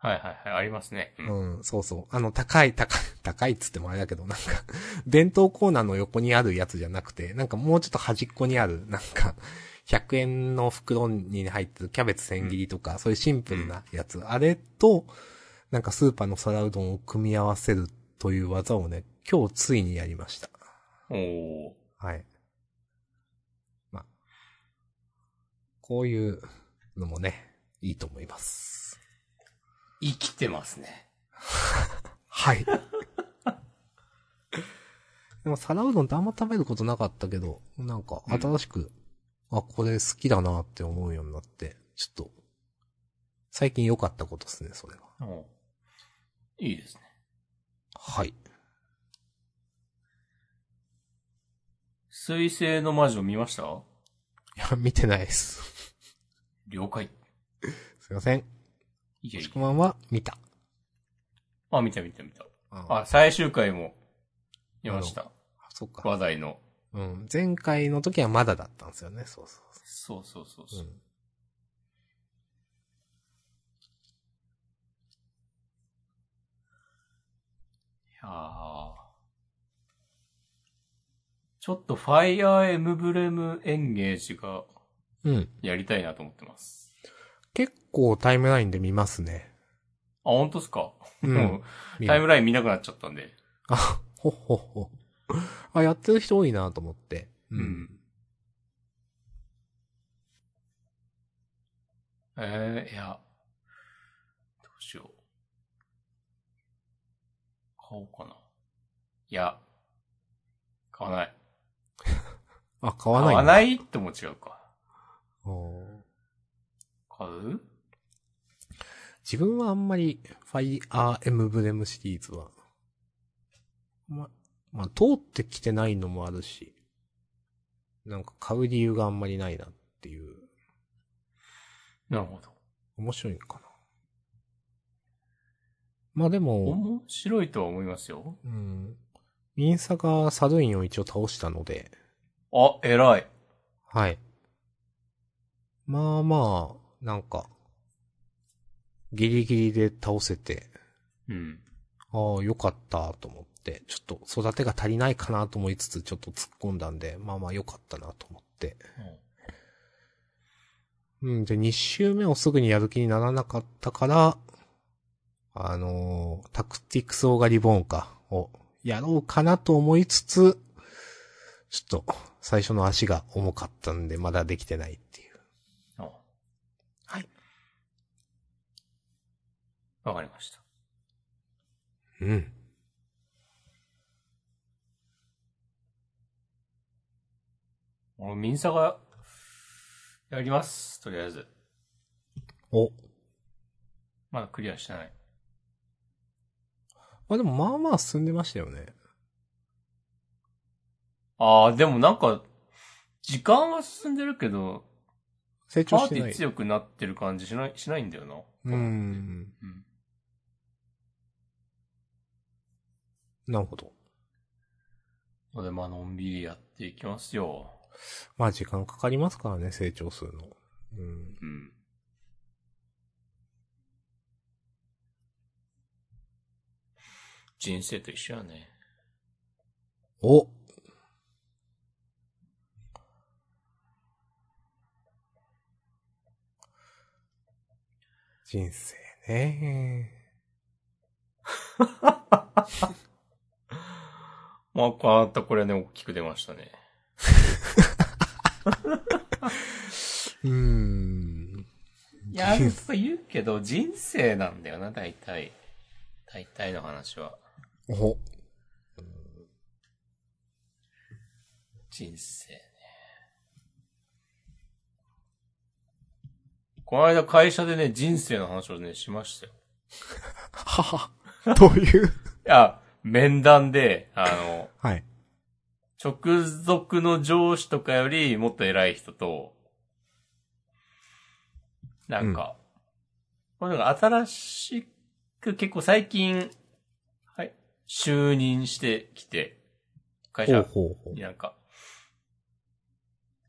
[SPEAKER 2] はいはいはい、ありますね。うん。
[SPEAKER 1] うん、そうそう。あの、高い、高い、 高いっつってもあれだけど、なんか、弁当コーナーの横にあるやつじゃなくて、なんかもうちょっと端っこにある、なんか、100円の袋に入ってるキャベツ千切りとか、そういうシンプルなやつ、あれと、なんかスーパーの皿うどんを組み合わせるという技をね、今日ついにやりました。
[SPEAKER 2] おー。
[SPEAKER 1] はい。まあ、こういうのもね、いいと思います。
[SPEAKER 2] 生きてますね。
[SPEAKER 1] はい。 でも、皿うどんってあんま食べることなかったけど、なんか、
[SPEAKER 2] うん
[SPEAKER 1] 新しく、あ、これ好きだなって思うようになって、ちょっと、最近良かったことですね、それは。
[SPEAKER 2] おいいですね。
[SPEAKER 1] はい。
[SPEAKER 2] 水星の魔女見ました
[SPEAKER 1] いや、見てないです。
[SPEAKER 2] 了解。
[SPEAKER 1] すいません。
[SPEAKER 2] いけい
[SPEAKER 1] し
[SPEAKER 2] け
[SPEAKER 1] く。まんは見た。
[SPEAKER 2] あ、見た見た見た。
[SPEAKER 1] あ
[SPEAKER 2] あ、最終回も見ました。
[SPEAKER 1] そっか。
[SPEAKER 2] 話題の。
[SPEAKER 1] うん。前回の時はまだだったんですよね、そうそう
[SPEAKER 2] そうそうそう
[SPEAKER 1] そ。
[SPEAKER 2] そうう、
[SPEAKER 1] うん
[SPEAKER 2] いやーちょっとファイアーエムブレムエンゲージが
[SPEAKER 1] うん。
[SPEAKER 2] やりたいなと思ってます。
[SPEAKER 1] 結構タイムラインで見ますね。
[SPEAKER 2] あ、本当ですか、
[SPEAKER 1] うん
[SPEAKER 2] もう
[SPEAKER 1] 見る
[SPEAKER 2] タイムライン見なくなっちゃったんで。
[SPEAKER 1] あ、ほっほっほ。あ、やってる人多いなと思って。う
[SPEAKER 2] う。ん。ええいや。どうしよう。買おうかな。いや。買わない。
[SPEAKER 1] あ、買わな
[SPEAKER 2] 買
[SPEAKER 1] いんだ
[SPEAKER 2] わないっても違うか。
[SPEAKER 1] おー
[SPEAKER 2] 買う
[SPEAKER 1] 自分はあんまり、ファイアーエムブレムシリーズは、ま、まあ、通ってきてないのもあるし、なんか買う理由があんまりないなっていう、
[SPEAKER 2] なるほど。
[SPEAKER 1] 面白いのかな。まあでも、
[SPEAKER 2] 面白いとは思いますよ。
[SPEAKER 1] うん。ミンサがサドゥインを一応倒したので、
[SPEAKER 2] あ、偉い。
[SPEAKER 1] はい。まあまあ、なんか、ギリギリで倒せて、
[SPEAKER 2] うん。
[SPEAKER 1] ああ、よかったと思って、ちょっと育てが足りないかなと思いつつ、ちょっと突っ込んだんで、まあまあよかったなと思って。うん、で、2周目をすぐにやる気にならなかったから、あのータクティクスオーガリボーンか、をやろうかなと思いつつ、ちょっと、最初の足が重かったんで、まだできてないっていう。
[SPEAKER 2] あ
[SPEAKER 1] はい。
[SPEAKER 2] わかりました。
[SPEAKER 1] うん。
[SPEAKER 2] 俺、ミンサが、やります。とりあえず。
[SPEAKER 1] お。
[SPEAKER 2] まだクリアしてない。
[SPEAKER 1] まあでも、まあまあ進んでましたよね。
[SPEAKER 2] ああ、でもなんか、時間は進んでるけど、
[SPEAKER 1] 成
[SPEAKER 2] パ
[SPEAKER 1] 長
[SPEAKER 2] ー
[SPEAKER 1] し
[SPEAKER 2] テ
[SPEAKER 1] て
[SPEAKER 2] ィ
[SPEAKER 1] な
[SPEAKER 2] ー
[SPEAKER 1] い。
[SPEAKER 2] 強くなってる感じしない、しないんだよな。
[SPEAKER 1] う。ん。
[SPEAKER 2] うん。
[SPEAKER 1] なるほど。
[SPEAKER 2] ので、まあ、のんびりやっていきますよ。
[SPEAKER 1] まあ時間かかりますからね、成長するの。うん。
[SPEAKER 2] うん。人生と一緒やね。
[SPEAKER 1] お人生ね。
[SPEAKER 2] まあ、変わった、これね、大きく出まし たね。
[SPEAKER 1] うーん。
[SPEAKER 2] いや、そう言うけど、人生なんだよな、大体。大体の話は。
[SPEAKER 1] お
[SPEAKER 2] 人生ね。この間会社でね、人生の話をね、しましたよ。
[SPEAKER 1] はは。という。
[SPEAKER 2] いや、面談で、あの、
[SPEAKER 1] はい。
[SPEAKER 2] 直属の上司とかよりもっと偉い人と、なんか、これなんか新しく結構最近、はい、就任してきて、会
[SPEAKER 1] ほ
[SPEAKER 2] 社
[SPEAKER 1] うほうほう。
[SPEAKER 2] なんか、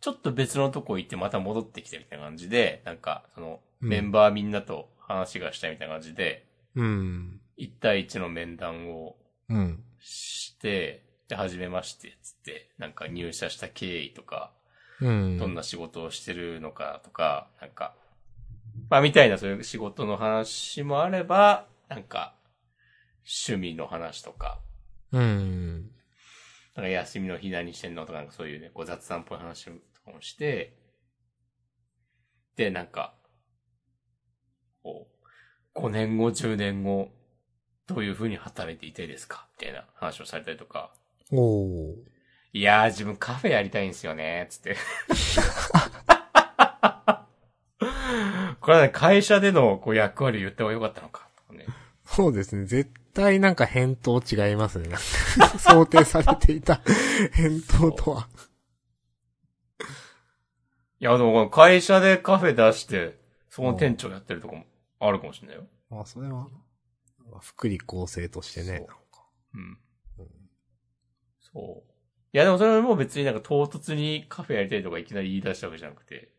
[SPEAKER 2] ちょっと別のとこ行ってまた戻ってきてみたいな感じで、なんか、その、
[SPEAKER 1] うん
[SPEAKER 2] メンバーみんなと話がしたいみたいな感じで、
[SPEAKER 1] うん。
[SPEAKER 2] 1対1の面談を
[SPEAKER 1] うん。
[SPEAKER 2] して、で、初めまして、つって、なんか入社した経緯とか、
[SPEAKER 1] うん。
[SPEAKER 2] どんな仕事をしてるのかとか、なんか、まあみたいなそういう仕事の話もあれば、なんか、趣味の話とか、
[SPEAKER 1] うん。
[SPEAKER 2] なんか休みの日何してんのとか、なんかそういうね、こう雑談っぽい話とかもして、で、なんか、こう、5年後、10年後、どういう風に働いていたいですかみたいな話をされたりとか、
[SPEAKER 1] おー。
[SPEAKER 2] いやー自分カフェやりたいんですよね、つって。これはね、会社でのこう役割言った方が良かったのか。とかね
[SPEAKER 1] そうですね。絶対なんか返答違いますね。なん か想定されていた返答とは。
[SPEAKER 2] いや、でもこの会社でカフェ出して、その店長やってるとこもあるかもしれないよ。
[SPEAKER 1] まあ、それは、まあ福利厚生としてね。
[SPEAKER 2] そ
[SPEAKER 1] な
[SPEAKER 2] うん
[SPEAKER 1] か
[SPEAKER 2] うん
[SPEAKER 1] うん。
[SPEAKER 2] そう。いや、でもそれはもう別になんか唐突にカフェやりたいとかいきなり言い出したわけじゃなくて、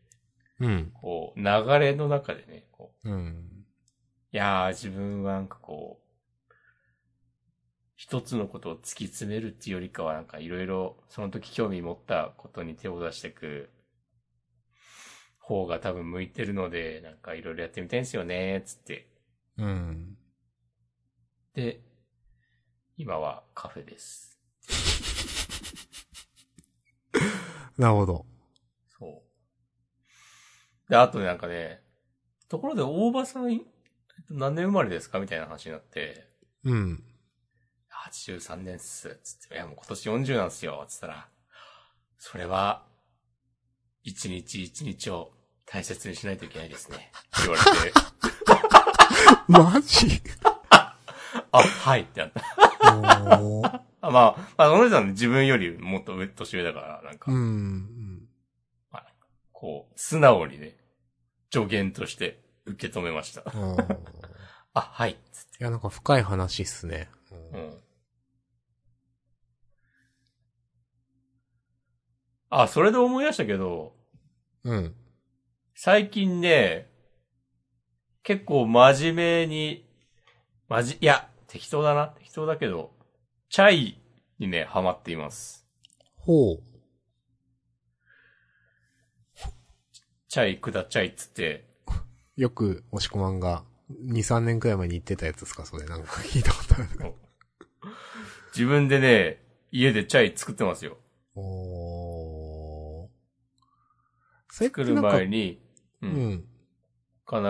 [SPEAKER 1] うん。
[SPEAKER 2] こう、流れの中でね、こう、
[SPEAKER 1] うん。
[SPEAKER 2] いやー、自分はなんかこう、一つのことを突き詰めるっていうよりかは、なんかいろいろ、その時興味持ったことに手を出していく方が多分向いてるので、なんかいろいろやってみたいんですよね、つって。
[SPEAKER 1] うん。
[SPEAKER 2] で、今はカフェです。
[SPEAKER 1] なるほど。
[SPEAKER 2] そう。で、あとなんかね、ところで大場さん、えっと何年生まれですかみたいな話になって、
[SPEAKER 1] うん。
[SPEAKER 2] 83年っす。つって、いやもう今年40なんですよ。つったら、それは、一日一日を大切にしないといけないですね。って言われて、
[SPEAKER 1] マジ
[SPEAKER 2] あ、はいってなっ た。
[SPEAKER 1] おー
[SPEAKER 2] あまあ、まあ、その人はね自分よりもっと上、年上だから、なんか、
[SPEAKER 1] うんうん。
[SPEAKER 2] こう、素直にね、助言として受け止めました。
[SPEAKER 1] あーい
[SPEAKER 2] あ、はい。つって。
[SPEAKER 1] や、なんか深い話っすね。
[SPEAKER 2] うん。あ、それで思い出したけど、
[SPEAKER 1] うん。
[SPEAKER 2] 最近ね、結構真面目に、まじ、いや、適当だな。適当だけど、チャイにね、ハマっています。
[SPEAKER 1] ほう。
[SPEAKER 2] チャイくだチャイっつって、
[SPEAKER 1] よく、押し込まんが、2、3年くらい前に言ってたやつですかそれ、なんか聞いたことある。
[SPEAKER 2] 自分でね、家でチャイ作ってますよ。
[SPEAKER 1] おー。それって
[SPEAKER 2] 作
[SPEAKER 1] な
[SPEAKER 2] る
[SPEAKER 1] んか
[SPEAKER 2] 前、に、う、
[SPEAKER 1] うんん。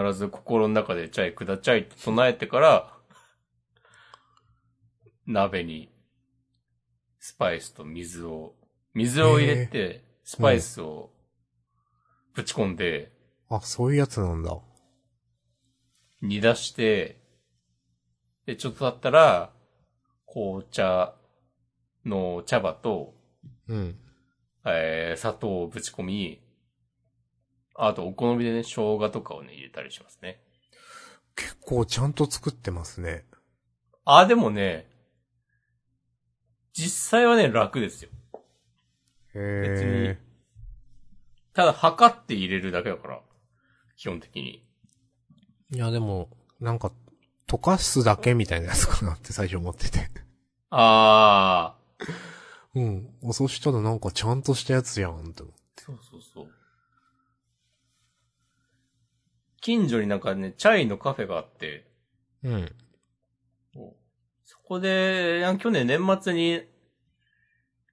[SPEAKER 2] 必ず心の中でチャイくだチャイと唱えてから、鍋に、スパイスと水を、水を入れて、スパイスをぶち込んで、
[SPEAKER 1] あ、そういうやつなんだ。
[SPEAKER 2] 煮出して、で、ちょっとだったら、紅茶の茶葉と、
[SPEAKER 1] うん。
[SPEAKER 2] えー、砂糖をぶち込み、あとお好みでね、生姜とかをね、入れたりしますね。
[SPEAKER 1] 結構ちゃんと作ってますね。
[SPEAKER 2] あ、でもね、実際はね、楽ですよ。別に
[SPEAKER 1] へえ。
[SPEAKER 2] ただ、測って入れるだけだから、基本的に。
[SPEAKER 1] いや、でも、なんか、溶かすだけみたいなやつかなって最初思ってて。
[SPEAKER 2] あ
[SPEAKER 1] うん。おそしたらなんかちゃんとしたやつやん、と。
[SPEAKER 2] ー、そうそうそう。近所になんかね、チャイのカフェがあって、
[SPEAKER 1] うん。
[SPEAKER 2] そこで、あ去年年末に、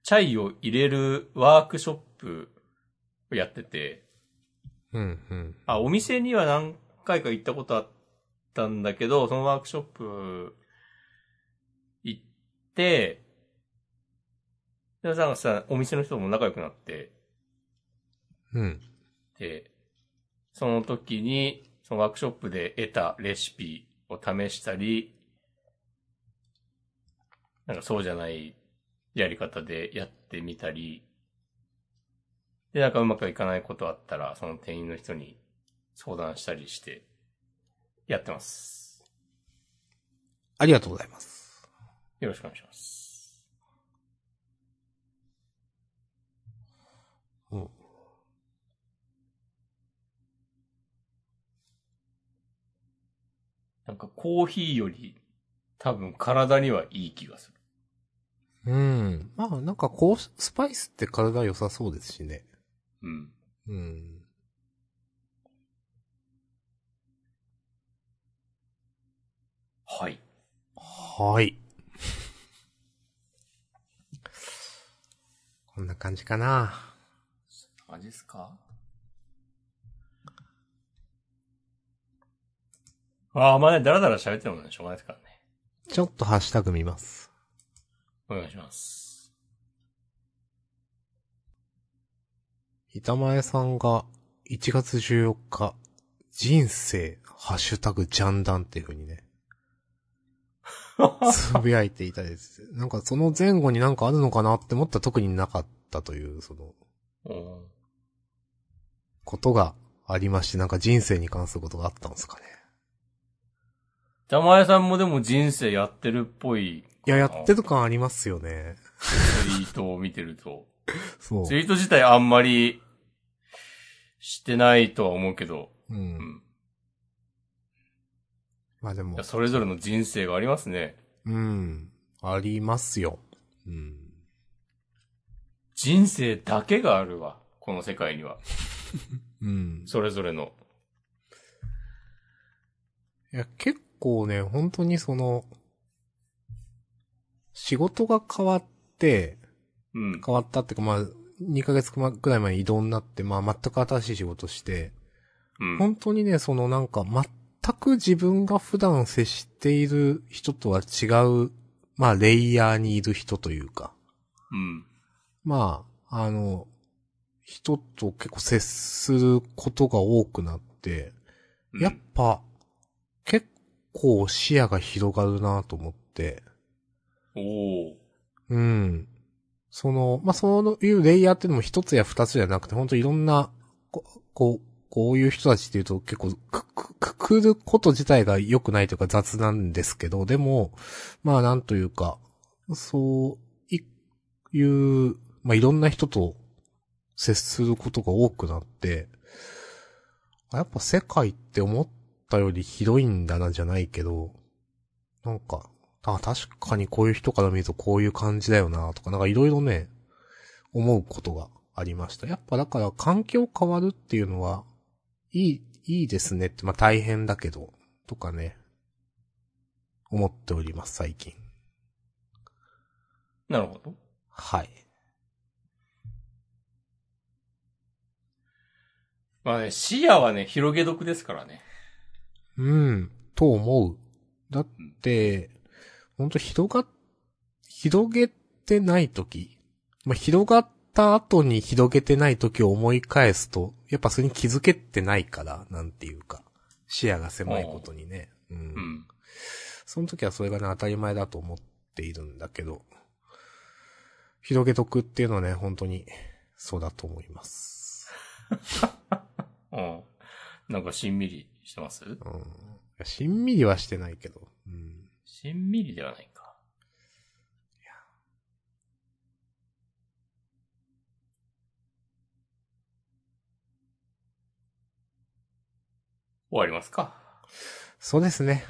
[SPEAKER 2] チャイを入れるワークショップをやってて、
[SPEAKER 1] うん、うん。
[SPEAKER 2] あ、お店には何回か行ったことあったんだけど、そのワークショップ行って、で、なんかさ、お店の人も仲良くなって、
[SPEAKER 1] うん。
[SPEAKER 2] で、その時に、そのワークショップで得たレシピを試したり、なんかそうじゃないやり方でやってみたり、で、なんかうまくいかないことあったら、その店員の人に相談したりして、やってます。
[SPEAKER 1] ありがとうございます。
[SPEAKER 2] よろしくお願いします。
[SPEAKER 1] うん。
[SPEAKER 2] なんかコーヒーより多分体にはいい気がする。
[SPEAKER 1] うん。まあ、なんかこう、スパイスって体良さそうですしね。
[SPEAKER 2] うん。
[SPEAKER 1] うん。
[SPEAKER 2] はい。
[SPEAKER 1] はい。 こんな感じかな。
[SPEAKER 2] 感じですかああ、まあね、だらだら喋ってるもんね、しょうがないですからね。
[SPEAKER 1] ちょっとハッシュタグ見ます。
[SPEAKER 2] お願いします。
[SPEAKER 1] 板前さんが1月14日、人生、ハッシュタグジャンダンっていう風に ね、つぶやいていたです。なんかその前後になんかあるのかなって思ったら特になかったという、その、
[SPEAKER 2] うん
[SPEAKER 1] ことがありまして、なんか人生に関することがあったんですかね。
[SPEAKER 2] 板前さんもでも人生やってるっぽい。
[SPEAKER 1] いや、やってる感ありますよね。
[SPEAKER 2] ツイートを見てると。
[SPEAKER 1] そう。
[SPEAKER 2] ツイート自体あんまりしてないとは思うけど。
[SPEAKER 1] う。
[SPEAKER 2] うんん。
[SPEAKER 1] まあでも
[SPEAKER 2] いや。それぞれの人生がありますね。
[SPEAKER 1] うん。ありますよ。うん。
[SPEAKER 2] 人生だけがあるわ。この世界には。
[SPEAKER 1] うん。
[SPEAKER 2] それぞれの。
[SPEAKER 1] いや、結構ね、本当にその、仕事が変わって、
[SPEAKER 2] うん。
[SPEAKER 1] 変わったっていうか、まあ、 2ヶ月くらい前に異動になって、まあ全く新しい仕事して、
[SPEAKER 2] うん。
[SPEAKER 1] 本当にね、そのなんか全く自分が普段接している人とは違う、まあレイヤーにいる人というか、
[SPEAKER 2] うん。
[SPEAKER 1] まあ、あの、人と結構接することが多くなって、
[SPEAKER 2] うん
[SPEAKER 1] やっぱ、結構視野が広がるなと思って、
[SPEAKER 2] おお。
[SPEAKER 1] うん。その、まあ、そういうレイヤーっていうのも一つや二つじゃなくて、本当いろんな、ここう、こういう人たちっていうと結構く、く、くくること自体が良くないというか雑なんですけど、でも、まあなんというか、そう、い、いう、まあいろんな人と接することが多くなって、あやっぱ世界って思ったより広いんだなじゃないけど、なんか、あ、確かにこういう人から見るとこういう感じだよなとか、なんかいろいろね、思うことがありました。やっぱだから環境変わるっていうのは、いい、いいですねって、まあ大変だけど、とかね、思っております、最近。
[SPEAKER 2] なるほど。
[SPEAKER 1] はい。
[SPEAKER 2] まあね、視野はね、広げ得ですからね。
[SPEAKER 1] うん、と思う。だって、ほんと広が、広げてない時まあ、広がった後に広げてない時を思い返すと、やっぱそれに気づけてないから、なんていうか、視野が狭いことにね。うん。
[SPEAKER 2] うん。
[SPEAKER 1] その時はそれがね、当たり前だと思っているんだけど、広げとくっていうのはね、本当に、そうだと思います。
[SPEAKER 2] うん。なんかしんみりしてます
[SPEAKER 1] うん。しんみりはしてないけど、うん。
[SPEAKER 2] しんみりではないか。終わりますか。
[SPEAKER 1] そうですね。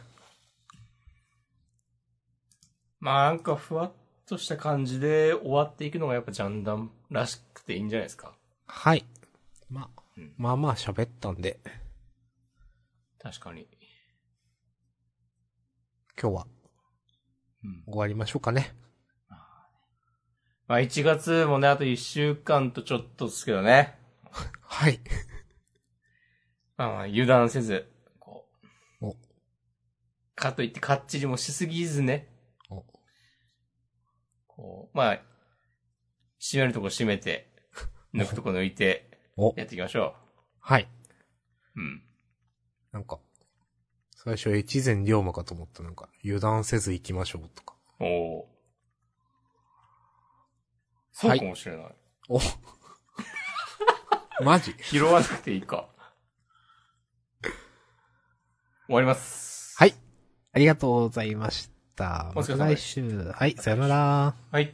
[SPEAKER 2] まあなんかふわっとした感じで終わっていくのがやっぱジャンダンらしくていいんじゃないですか。
[SPEAKER 1] はい。まあ
[SPEAKER 2] うん、
[SPEAKER 1] まあまあ喋ったんで、
[SPEAKER 2] 確かに。
[SPEAKER 1] 今日は
[SPEAKER 2] うん。
[SPEAKER 1] 終わりましょうかね。
[SPEAKER 2] まあ1月もね、あと1週間とちょっとですけどね。
[SPEAKER 1] はい。
[SPEAKER 2] まあまあ油断せず、こう
[SPEAKER 1] お。
[SPEAKER 2] かといってかっちりもしすぎずね。
[SPEAKER 1] お
[SPEAKER 2] こう、まあ、締めるとこ締めて、 抜くとこ抜いて、
[SPEAKER 1] お
[SPEAKER 2] やっていきましょ
[SPEAKER 1] はい。
[SPEAKER 2] う。うん。
[SPEAKER 1] なんか、最初越前龍馬かと思ったなんか、油断せず行きましょうとか。
[SPEAKER 2] おお。そうかもしれない。
[SPEAKER 1] おマジ
[SPEAKER 2] 拾わなくていい か。終わります。
[SPEAKER 1] はい。ありがとうございました。
[SPEAKER 2] お
[SPEAKER 1] ま
[SPEAKER 2] 疲れ
[SPEAKER 1] た
[SPEAKER 2] 様で
[SPEAKER 1] 来
[SPEAKER 2] す
[SPEAKER 1] 週。はい、さよなら。
[SPEAKER 2] はい。